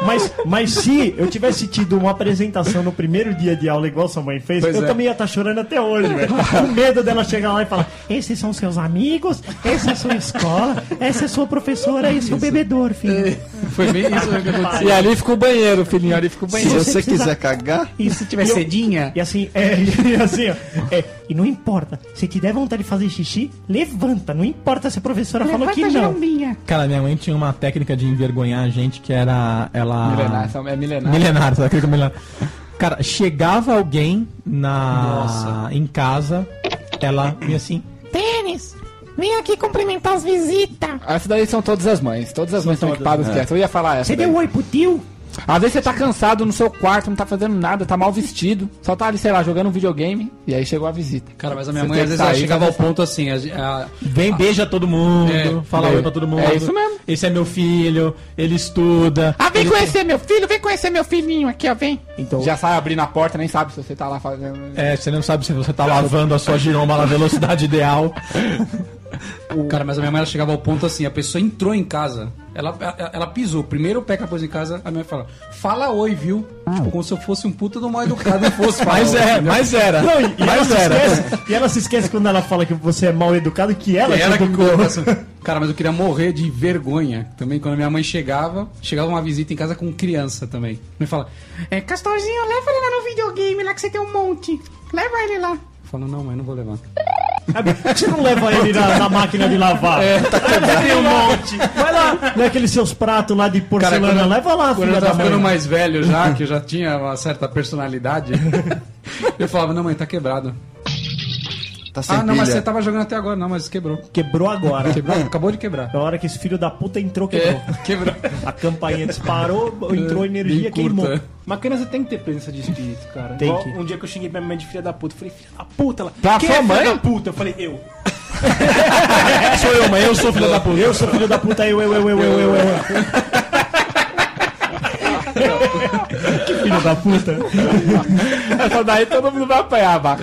Speaker 5: Mas, mas se eu tivesse tido uma apresentação no primeiro dia de aula, igual sua mãe fez,
Speaker 9: Pois
Speaker 5: eu
Speaker 9: é.
Speaker 5: também ia estar chorando até hoje, velho. Com medo dela chegar lá e falar: esses são seus amigos, essa é sua escola, essa é sua professora, esse é o bebedor, filho.
Speaker 9: Foi bem isso mesmo que aconteceu.
Speaker 3: E ali fica o banheiro, filhinho. Ali fica o
Speaker 11: Se
Speaker 3: banheiro.
Speaker 11: você quiser cagar,
Speaker 5: E se
Speaker 9: Tiver cedinha?
Speaker 5: E assim, é, [LAUGHS] e assim, ó, é, e não importa, se tiver vontade de fazer xixi, levanta, não importa se a professora falou que
Speaker 15: Levanta a
Speaker 5: não.
Speaker 15: jambinha.
Speaker 2: Cara, minha mãe tinha uma técnica de envergonhar a gente que era. Ela.
Speaker 3: Milenar, essa é milenar.
Speaker 2: Milenar, sabe aquele que é milenar? Cara, chegava alguém na em casa, ela ia assim.
Speaker 15: Tênis, vem aqui cumprimentar as visitas.
Speaker 3: Essas daí são todas as mães. Todas as mães são equipadas que é essa. Eu ia falar essa.
Speaker 5: Você
Speaker 3: daí.
Speaker 5: deu oi pro tio?
Speaker 3: Às vezes você tá cansado no seu quarto, não tá fazendo nada, tá mal vestido, só tá ali, sei lá, jogando um videogame, e aí chegou a visita.
Speaker 9: Cara, mas a minha
Speaker 3: Você
Speaker 9: mãe
Speaker 3: tem
Speaker 9: às
Speaker 3: que
Speaker 9: vezes ela
Speaker 3: sair,
Speaker 9: chegava
Speaker 3: tá
Speaker 9: ao ponto assim. a- a-
Speaker 2: Vem, beija todo mundo,
Speaker 9: É,
Speaker 2: fala
Speaker 3: é.
Speaker 2: oi pra todo mundo.
Speaker 3: É isso mesmo.
Speaker 2: Esse é meu filho, ele estuda.
Speaker 3: Ah, vem conhecer meu filho, vem conhecer meu filhinho aqui, ó, vem.
Speaker 5: Então,
Speaker 3: Já sai abrindo a porta, nem sabe se você tá lá fazendo.
Speaker 2: É, você não sabe se você tá lavando a sua giromba na velocidade ideal.
Speaker 9: Cara, mas a minha mãe ela chegava ao ponto assim, a pessoa entrou em casa, ela, ela, ela pisou, primeiro o pé que ela pôs em casa, a minha mãe fala, fala oi, viu? Tipo, como se eu fosse um puta do mal educado e
Speaker 5: [LAUGHS]
Speaker 9: fosse falar
Speaker 2: Mas
Speaker 9: oi,
Speaker 2: é,
Speaker 9: entendeu?
Speaker 2: mas era.
Speaker 5: Não, e, e ela
Speaker 2: mas
Speaker 5: se
Speaker 2: era.
Speaker 5: esquece, e ela se esquece quando ela fala que você é mal educado, que ela
Speaker 9: É
Speaker 5: te
Speaker 9: ela que
Speaker 5: educou.
Speaker 9: colocou essa- Cara, mas eu queria morrer de vergonha também quando minha mãe chegava, chegava uma visita em casa com criança também. Me fala,
Speaker 15: É, Castorzinho, leva ele lá no videogame, lá que você tem um monte. Leva ele lá.
Speaker 9: fala, não, mãe, não vou levar.
Speaker 5: Você não leva ele na, na máquina de lavar. É, tem um monte. Vai lá, não é aqueles seus pratos lá de porcelana.
Speaker 9: quando eu-
Speaker 5: leva lá,
Speaker 9: Quando
Speaker 5: filha
Speaker 9: eu
Speaker 5: da
Speaker 9: tava
Speaker 5: mãe.
Speaker 9: ficando mais velho já, que
Speaker 5: [LAUGHS]
Speaker 9: eu já tinha uma certa personalidade, eu falava, não, mãe, tá quebrado.
Speaker 11: tá sem
Speaker 9: Ah, não, mas
Speaker 11: pilha.
Speaker 9: você tava jogando até agora, não, mas quebrou.
Speaker 5: Quebrou agora.
Speaker 9: Quebrou? Acabou de quebrar.
Speaker 5: Na hora que esse filho da puta entrou, quebrou.
Speaker 9: É, quebrou.
Speaker 5: A campainha disparou, entrou
Speaker 9: Bem
Speaker 5: energia,
Speaker 9: curta.
Speaker 5: queimou.
Speaker 10: Mas criança tem que ter presença de espírito, cara.
Speaker 5: Tem
Speaker 10: Igual
Speaker 5: que.
Speaker 10: Um dia que eu xinguei minha mãe de filha da puta, eu falei, filha da puta, ela.
Speaker 3: Pra
Speaker 10: "Quem
Speaker 3: sua
Speaker 10: é filha
Speaker 3: mãe?"
Speaker 10: da puta? Eu falei, eu.
Speaker 2: Sou eu, mãe, eu sou filho da puta.
Speaker 5: Eu sou filho da puta, eu, eu, eu, eu, eu, eu, eu. que filho da puta.
Speaker 3: Essa daí todo mundo vai apanhar, vaca.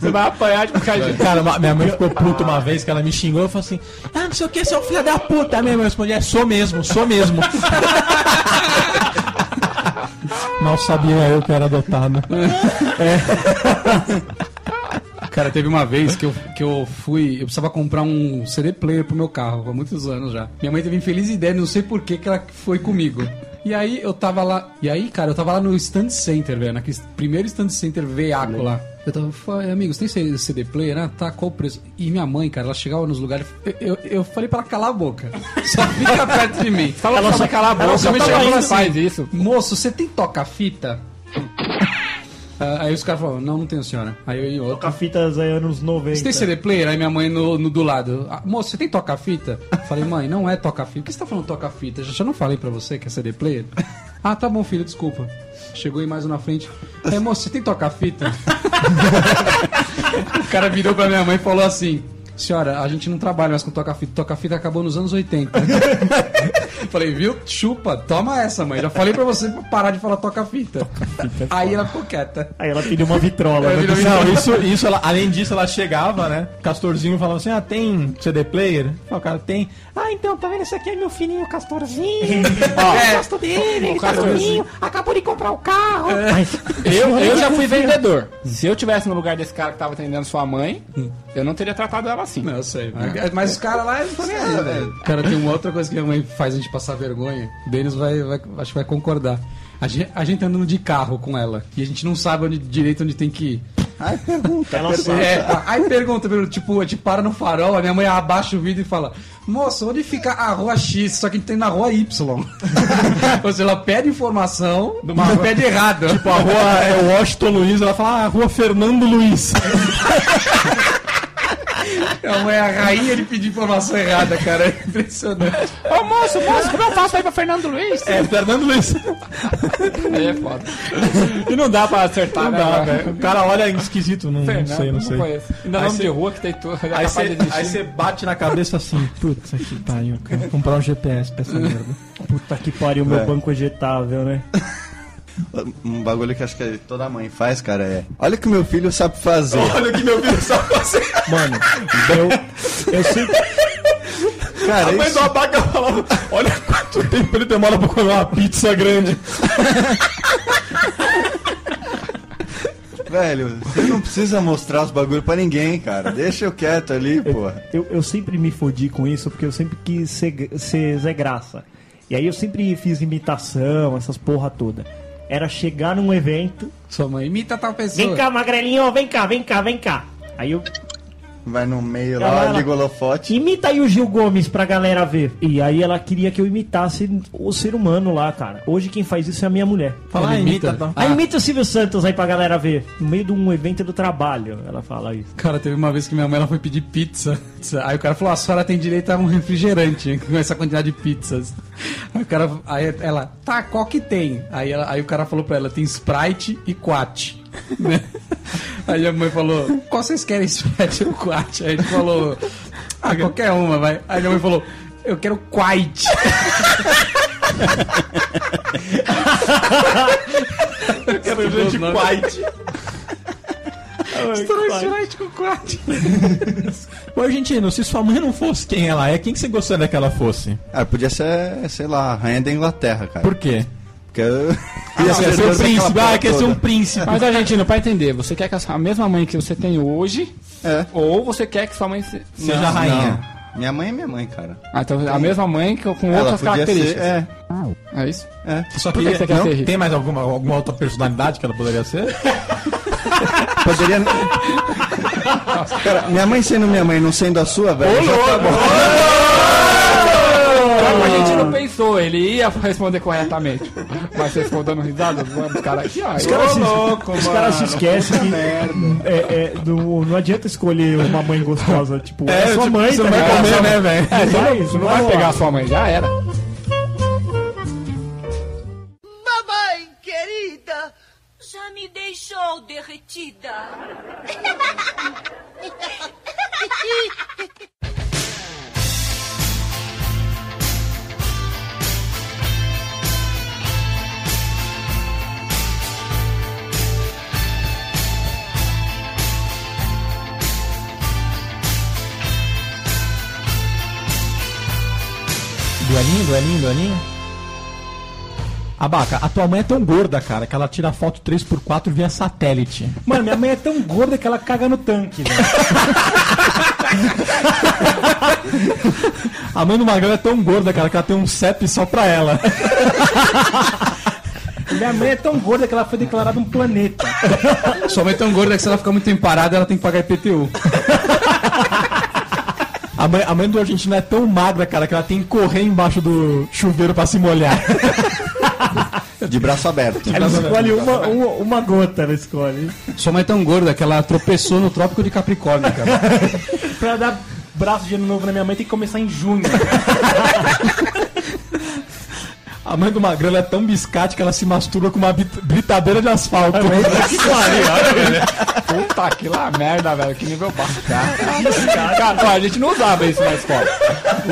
Speaker 3: Você vai apanhar de qualquer jeito.
Speaker 2: É. Cara, ma- minha mãe ficou puta uma vez que ela me xingou. Eu falei assim: Ah, não sei o que, seu filho da puta. Aí Minha mãe respondeu: É, sou mesmo, sou
Speaker 3: [LAUGHS]
Speaker 2: mesmo. Mal sabia eu que era adotado.
Speaker 9: Cara, teve uma vez que eu, que eu fui. Eu precisava comprar um CD player pro meu carro, há muitos anos já. Minha mãe teve a infeliz ideia, não sei por que que ela foi comigo. E aí eu tava lá. E aí, cara, eu tava lá no stand center, velho. Naquele primeiro stand center veiaco lá. Eu tava, falei, amigos, tem CD CD player? Ah, tá, qual o preço? E minha mãe, cara, ela chegava nos lugares. Eu, eu, eu falei pra ela calar a boca. Só fica perto de mim.
Speaker 3: Fala pra você calar a boca,
Speaker 9: Ela só
Speaker 3: você
Speaker 9: tava
Speaker 3: não
Speaker 9: indo
Speaker 3: faz isso.
Speaker 9: assim, Moço, você tem toca-fita? Ah, aí os caras falaram, não, não tenho, senhora. Aí eu ia em outro.
Speaker 5: Com fitas aí anos 90.
Speaker 9: Você tem CD player? Aí minha mãe no, no do lado. "Ah, moço, você tem toca-fita? Falei, mãe, não é toca-fita. Por que você tá falando toca-fita? Já, já não falei pra você que é CD player? Ah, tá bom, filho, desculpa. Chegou aí mais um na frente. É, moço, você tem toca-fita? [LAUGHS] o cara virou pra minha mãe e falou assim. Senhora, a gente não trabalha mais com toca-fita. Toca-fita acabou nos anos 80. [LAUGHS] Falei, viu? Chupa, toma essa, mãe. Já falei pra você parar de falar toca-fita. Aí ela ficou quieta.
Speaker 5: Aí ela pediu uma vitrola.
Speaker 9: Aí
Speaker 5: né?
Speaker 9: virou-
Speaker 2: um Não, isso, isso ela- além disso, ela chegava, né? Castorzinho falava assim: Ah, tem CD player? Ah, O cara tem.
Speaker 15: Ah, então, tá vendo? Esse aqui é meu filhinho Castorzinho. Eu gosto dele, ele tá
Speaker 3: Castorzinho.
Speaker 15: novinho, Acabou de comprar o carro.
Speaker 3: Eu, eu já fui vendedor. Se eu tivesse no lugar desse cara que tava atendendo sua mãe, eu não teria tratado ela assim.
Speaker 9: Não, eu sei. Mas os caras lá não estão nem aí, velho. Ah. É, Cara, tem uma outra coisa que a minha mãe faz a gente passar vergonha. O Denis vai, vai- acho que vai concordar. A gente, a gente tá andando de carro com ela. E a gente não sabe onde, direito onde tem que ir.
Speaker 11: Ai, pergunta,
Speaker 9: Ela
Speaker 11: pergunta.
Speaker 9: é, aí pergunta, pergunta, tipo, a gente para no farol, a minha mãe abaixa o vidro e fala: Moça, onde fica a rua X? Só que a gente tem na rua Y. [LAUGHS] Ou seja, ela pede informação, mas pede errada.
Speaker 2: Tipo, a rua é Washington Luiz, ela fala, ah, a rua Fernando Luiz.
Speaker 9: Minha mãe é a rainha de pedir informação errada, cara. É impressionante.
Speaker 3: Ô moço, moço, como eu faço pra ir pra Fernando Luiz?
Speaker 2: É, Fernando Luiz.
Speaker 3: Aí é foda. E não dá pra acertar,
Speaker 2: Não
Speaker 3: né,
Speaker 2: dá,
Speaker 3: cara?
Speaker 2: velho. O cara olha esquisito, não, não
Speaker 3: Fernando,
Speaker 2: sei, não sei.
Speaker 3: conheço. Ainda
Speaker 2: Aí
Speaker 3: nome
Speaker 2: cê-
Speaker 3: de rua que tem tudo. já
Speaker 2: Aí
Speaker 3: é capaz
Speaker 2: você,
Speaker 3: de existir.
Speaker 2: aí você bate na cabeça assim, puta que pariu, cara. Vou Comprar um GPS pra [LAUGHS] essa merda.
Speaker 5: Puta que pariu, meu
Speaker 11: É.
Speaker 5: banco
Speaker 2: [LAUGHS]
Speaker 5: ejetável, né?
Speaker 11: Um bagulho que acho que toda mãe faz, cara, é. Olha o que meu filho sabe fazer.
Speaker 2: Olha que meu filho sabe fazer.
Speaker 5: Mano, eu, eu sempre.
Speaker 2: [LAUGHS]
Speaker 11: Cara,
Speaker 2: A mãe
Speaker 11: isso-
Speaker 2: do abaca falava, olha quanto tempo ele demora pra comer uma pizza grande.
Speaker 11: Velho, você não precisa mostrar os bagulhos pra ninguém, cara. Deixa eu quieto ali, porra.
Speaker 5: Eu, eu sempre me fodi com isso porque eu sempre quis ser, ser Zé Graça. E aí eu sempre fiz imitação, essas porra toda. Era chegar num evento.
Speaker 9: Sua mãe imita tal pessoa.
Speaker 5: Vem cá, magrelinho, vem cá, vem cá, vem cá. Aí eu.
Speaker 11: Vai no meio
Speaker 5: Ela-
Speaker 11: lá,
Speaker 5: ela-
Speaker 11: liga o holofote.
Speaker 5: Imita aí o Gil Gomes pra galera ver. E aí ela queria que eu imitasse o ser humano lá, cara. Hoje quem faz isso é a minha mulher.
Speaker 2: Fala, ah, imita. tá.
Speaker 5: Aí imita o Silvio Santos aí pra galera ver. No meio de um evento do trabalho, ela fala isso.
Speaker 9: Cara, teve uma vez que minha mãe ela foi pedir pizza. [LAUGHS] Aí o cara falou: "Ah, a senhora tem direito a um refrigerante [LAUGHS] com essa quantidade de pizzas. Aí o cara, aí ela, tá, qual que tem? Aí, ela- aí o cara falou pra ela: tem Sprite e Quat. [LAUGHS] né? Aí a mãe falou: qual vocês querem, Sprite ou Quat? Aí ele falou: ah, qualquer uma, vai. Aí minha mãe falou: eu quero Quite. eu quero gente Quite. Sprite com Quat.
Speaker 2: Ô, argentino, se sua mãe não fosse quem ela é, quem que você gostaria que ela fosse?
Speaker 11: Ah, podia ser, sei lá, a rainha da Inglaterra, cara.
Speaker 2: Por quê?
Speaker 11: Porque
Speaker 2: [LAUGHS]
Speaker 11: [LAUGHS] eu...
Speaker 2: Ah, quer ser um príncipe. Ah, quer
Speaker 11: quer
Speaker 2: ser um príncipe.
Speaker 3: Mas, Argentino, pra entender, você quer que a sua- a mesma mãe que você tem hoje,
Speaker 11: É.
Speaker 3: ou você quer que sua mãe se-
Speaker 2: Seja a rainha.
Speaker 11: Não. Minha mãe é minha mãe, cara.
Speaker 3: Ah, então a mesma mãe que- com outras características.
Speaker 11: é,
Speaker 3: é. isso?
Speaker 11: é.
Speaker 2: Só
Speaker 3: Por que
Speaker 2: queria-
Speaker 3: você quer
Speaker 2: não?
Speaker 3: ser rico?
Speaker 2: Tem mais alguma, alguma outra personalidade que ela poderia ser?
Speaker 11: Poderia. [LAUGHS] cara, minha mãe sendo minha mãe, não sendo a sua, velho. já tá bom.
Speaker 3: Claro que a gente
Speaker 2: Ah.
Speaker 3: não pensou, ele ia responder corretamente. Mas vocês ficam dando risada, os caras aqui, ó.
Speaker 5: Os caras se, os caras se esquecem que é, é, não, não adianta escolher uma mãe gostosa. Tipo, é, sua mãe,
Speaker 2: você
Speaker 5: tá
Speaker 2: não vai
Speaker 5: ligado?
Speaker 2: comer, né, velho?
Speaker 5: É, só isso,
Speaker 3: Não vai pegar a sua mãe, já era.
Speaker 8: Mamãe querida,
Speaker 14: Já me deixou derretida.
Speaker 2: Duelinho, duelinho, duelinho. Abaca, a tua mãe é tão gorda, cara, que ela tira foto 3x4 via satélite.
Speaker 7: Mano, minha mãe é tão gorda que ela caga no tanque, velho.
Speaker 2: [LAUGHS] A mãe do Magrão é tão gorda, cara, que ela tem um CEP só pra ela.
Speaker 7: Minha mãe é tão gorda que ela foi declarada um planeta.
Speaker 9: Sua mãe é tão gorda que se ela ficar muito tempo parada, ela tem que pagar IPTU.
Speaker 2: A mãe, a mãe do argentino é tão magra, cara, que ela tem que correr embaixo do chuveiro pra se
Speaker 3: [LAUGHS]
Speaker 2: molhar.
Speaker 11: De
Speaker 2: [LAUGHS]
Speaker 11: braço aberto.
Speaker 5: Ela
Speaker 2: É.
Speaker 5: escolhe uma, uma, uma gota, ela escolhe.
Speaker 9: Sua mãe é tão gorda que ela tropeçou no Trópico de Capricórnio, cara.
Speaker 7: Pra dar braço de ano novo na minha mãe tem que começar em junho.
Speaker 2: A mãe do Magrão ela é tão biscate que ela se masturba com uma bit- britadeira de
Speaker 3: É
Speaker 2: asfalto. [LAUGHS]
Speaker 3: né? Puta que lá merda, velho, que nível baixo. Cara, cara ó, a gente não usava isso né? na escola.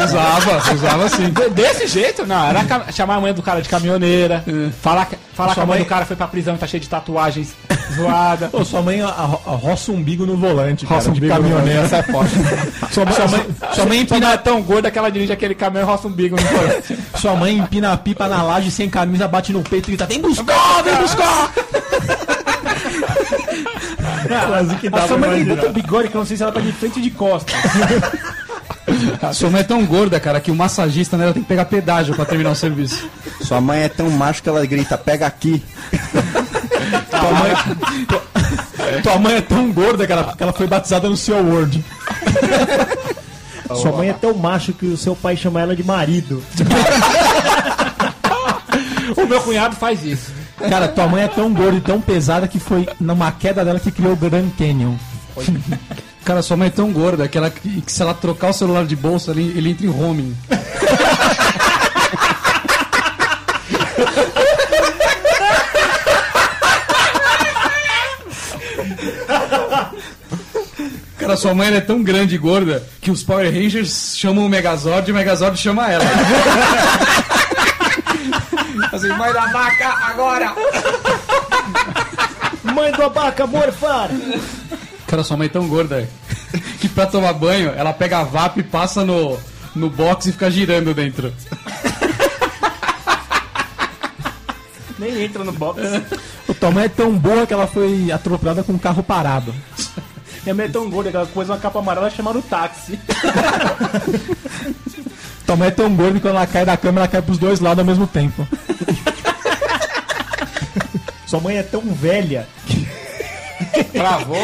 Speaker 9: Usava, usava sim.
Speaker 3: De- Desse jeito, não. Era ca- chamar a mãe do cara de caminhoneira, falar, que- falar que a É. mãe do cara foi pra prisão e tá cheia de tatuagens [LAUGHS] zoada.
Speaker 2: Ô, sua mãe a, a, a roça o umbigo no volante, cara,
Speaker 3: Roça o
Speaker 2: de
Speaker 3: umbigo no
Speaker 2: caminhoneira. Essa é forte. Sua mãe, sua mãe,
Speaker 3: Sua mãe empina é tão gorda que ela dirige aquele caminhão e roça um bigo no [LAUGHS] volante.
Speaker 2: sua mãe empina a pipa na laje sem camisa, bate no peito e grita: Vem buscar, vem buscar!
Speaker 5: Quase que dá
Speaker 7: A sua
Speaker 5: pra
Speaker 7: mãe tem
Speaker 5: imaginar.
Speaker 7: tanto bigode que eu não sei se ela tá de frente ou de costas.
Speaker 9: Sua mãe é tão gorda, cara, que o massagista nela tem que pegar pedágio pra terminar o serviço.
Speaker 11: Sua mãe é tão macho que ela grita, pega aqui.
Speaker 2: Tua mãe, Tua mãe é tão gorda que ela, que ela foi batizada no seu Word.
Speaker 5: Sua mãe é tão macho que o seu pai chama ela de marido.
Speaker 3: O meu cunhado faz isso.
Speaker 2: Cara, tua mãe é tão gorda e tão pesada que foi numa queda dela que criou o Grand Canyon.
Speaker 9: Cara, sua mãe é tão gorda que, ela, que se ela trocar o celular de bolsa, ele, ele entra em homing. Cara, sua mãe ela é tão grande e gorda que os Power Rangers chamam o Megazord e o Megazord chama ela. assim, mãe da vaca, agora!
Speaker 5: Mãe do abaca, morfar!
Speaker 9: Cara, sua mãe é tão gorda que pra tomar banho, ela pega a VAP e passa no, no box e fica girando dentro.
Speaker 10: Nem entra no box.
Speaker 2: O tua mãe é tão boa que ela foi atropelada com um carro parado.
Speaker 10: Minha mãe é tão gorda que ela pôs uma capa amarela chamaram o táxi.
Speaker 2: Tua mãe é tão gorda que quando ela cai da cama, ela cai pros dois lados ao mesmo tempo.
Speaker 5: Sua mãe é tão velha
Speaker 3: Travou?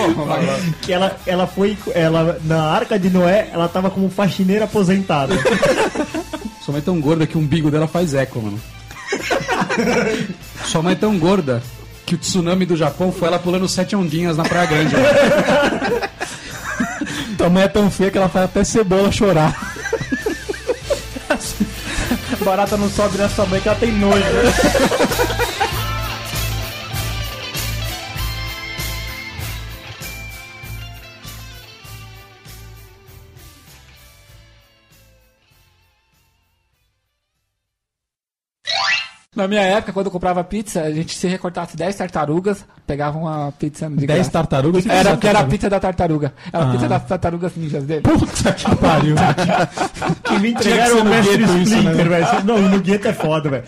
Speaker 5: que ela, ela foi. Ela, na arca de Noé, ela tava como faxineira aposentada.
Speaker 9: Sua mãe é tão gorda que o umbigo dela faz eco, mano. Sua mãe é tão gorda que o tsunami do Japão foi ela pulando sete ondinhas na Praia Grande.
Speaker 2: Tua mãe é tão feia que ela faz até cebola chorar.
Speaker 10: Barata não sobe na sua mãe que ela tem nojo.
Speaker 3: Na minha época, quando eu comprava pizza, a gente se recortasse 10 tartarugas, pegava uma pizza de
Speaker 2: 10
Speaker 3: graça.
Speaker 2: tartarugas.
Speaker 3: Era porque era a pizza da tartaruga. Era a pizza das tartarugas ninjas dele.
Speaker 2: Puta que pariu.
Speaker 5: Que me
Speaker 2: Tinha que
Speaker 5: entregaram
Speaker 2: ser
Speaker 5: o
Speaker 2: no
Speaker 5: mestre
Speaker 2: gueto isso,
Speaker 5: Splinter,
Speaker 2: né?
Speaker 5: velho. Não, no gueto é foda, velho.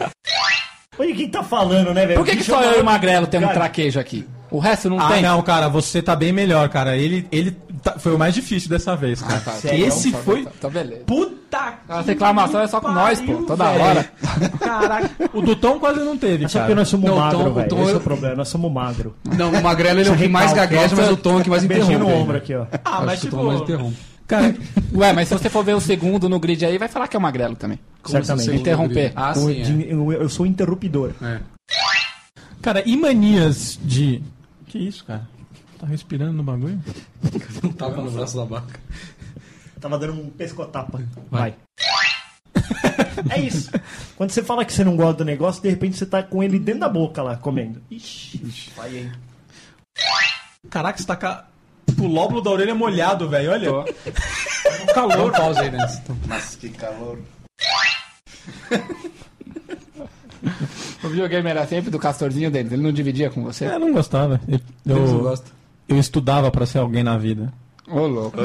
Speaker 5: Olha quem tá falando, né, velho?
Speaker 3: Por que, que
Speaker 5: Bicho
Speaker 3: só
Speaker 5: é uma-
Speaker 3: eu e o Magrelo temos
Speaker 5: Cara,
Speaker 3: traquejo aqui? O resto não
Speaker 2: Ah,
Speaker 3: tem?
Speaker 2: não, cara, você tá bem melhor, cara. Ele, ele tá- foi o mais difícil dessa vez, cara.
Speaker 3: Tá, tá,
Speaker 2: Esse
Speaker 3: então, tá,
Speaker 2: foi.
Speaker 3: Tá, tá beleza.
Speaker 10: Puta
Speaker 3: Essa reclamação é só com nós, pô. Toda hora.
Speaker 10: Caraca.
Speaker 2: O do Tom quase não teve,
Speaker 5: É só
Speaker 2: cara.
Speaker 5: porque nós somos
Speaker 9: Não, o
Speaker 5: magro,
Speaker 9: Tom- o
Speaker 5: velho.
Speaker 9: Tom-
Speaker 5: Esse é
Speaker 9: eu-
Speaker 5: o problema, nós somos magro.
Speaker 9: Não, o magrelo ele é o que mais gagueja, mas o tom é o que mais
Speaker 5: Beijinho no ombro
Speaker 9: interrompe.
Speaker 5: aqui, ó.
Speaker 10: Ah, mas
Speaker 9: Acho que o tom mais
Speaker 10: tipo.
Speaker 9: interrompe.
Speaker 3: Cara, ué, mas se você for ver o segundo no grid aí, vai falar que é o Magrelo também.
Speaker 5: Certamente.
Speaker 3: Interromper.
Speaker 9: Ah,
Speaker 5: Eu-
Speaker 10: é.
Speaker 9: sim.
Speaker 5: de- Eu, eu sou interruptor.
Speaker 9: É. É.
Speaker 2: Cara, e manias de. Que isso, cara? Tá respirando no bagulho?
Speaker 9: Não tava no braço da vaca.
Speaker 5: Tava dando um pescotapa. Vai. [LAUGHS] É isso. Quando você fala que você não gosta do negócio, de repente você tá com ele dentro da boca lá, comendo. Ixi, vai aí.
Speaker 2: Caraca, você tá ca... O lóbulo da orelha molhado, velho. Olha. É
Speaker 9: Dá um pause aí nessa.
Speaker 3: né?
Speaker 9: Então.
Speaker 3: [LAUGHS] O videogame era sempre do castorzinho dele. Ele não dividia com você.
Speaker 2: É, Eu não gostava. Eu,
Speaker 9: Eu
Speaker 2: eu,
Speaker 9: gosto.
Speaker 2: eu estudava pra ser alguém na vida.
Speaker 3: Ô, louco.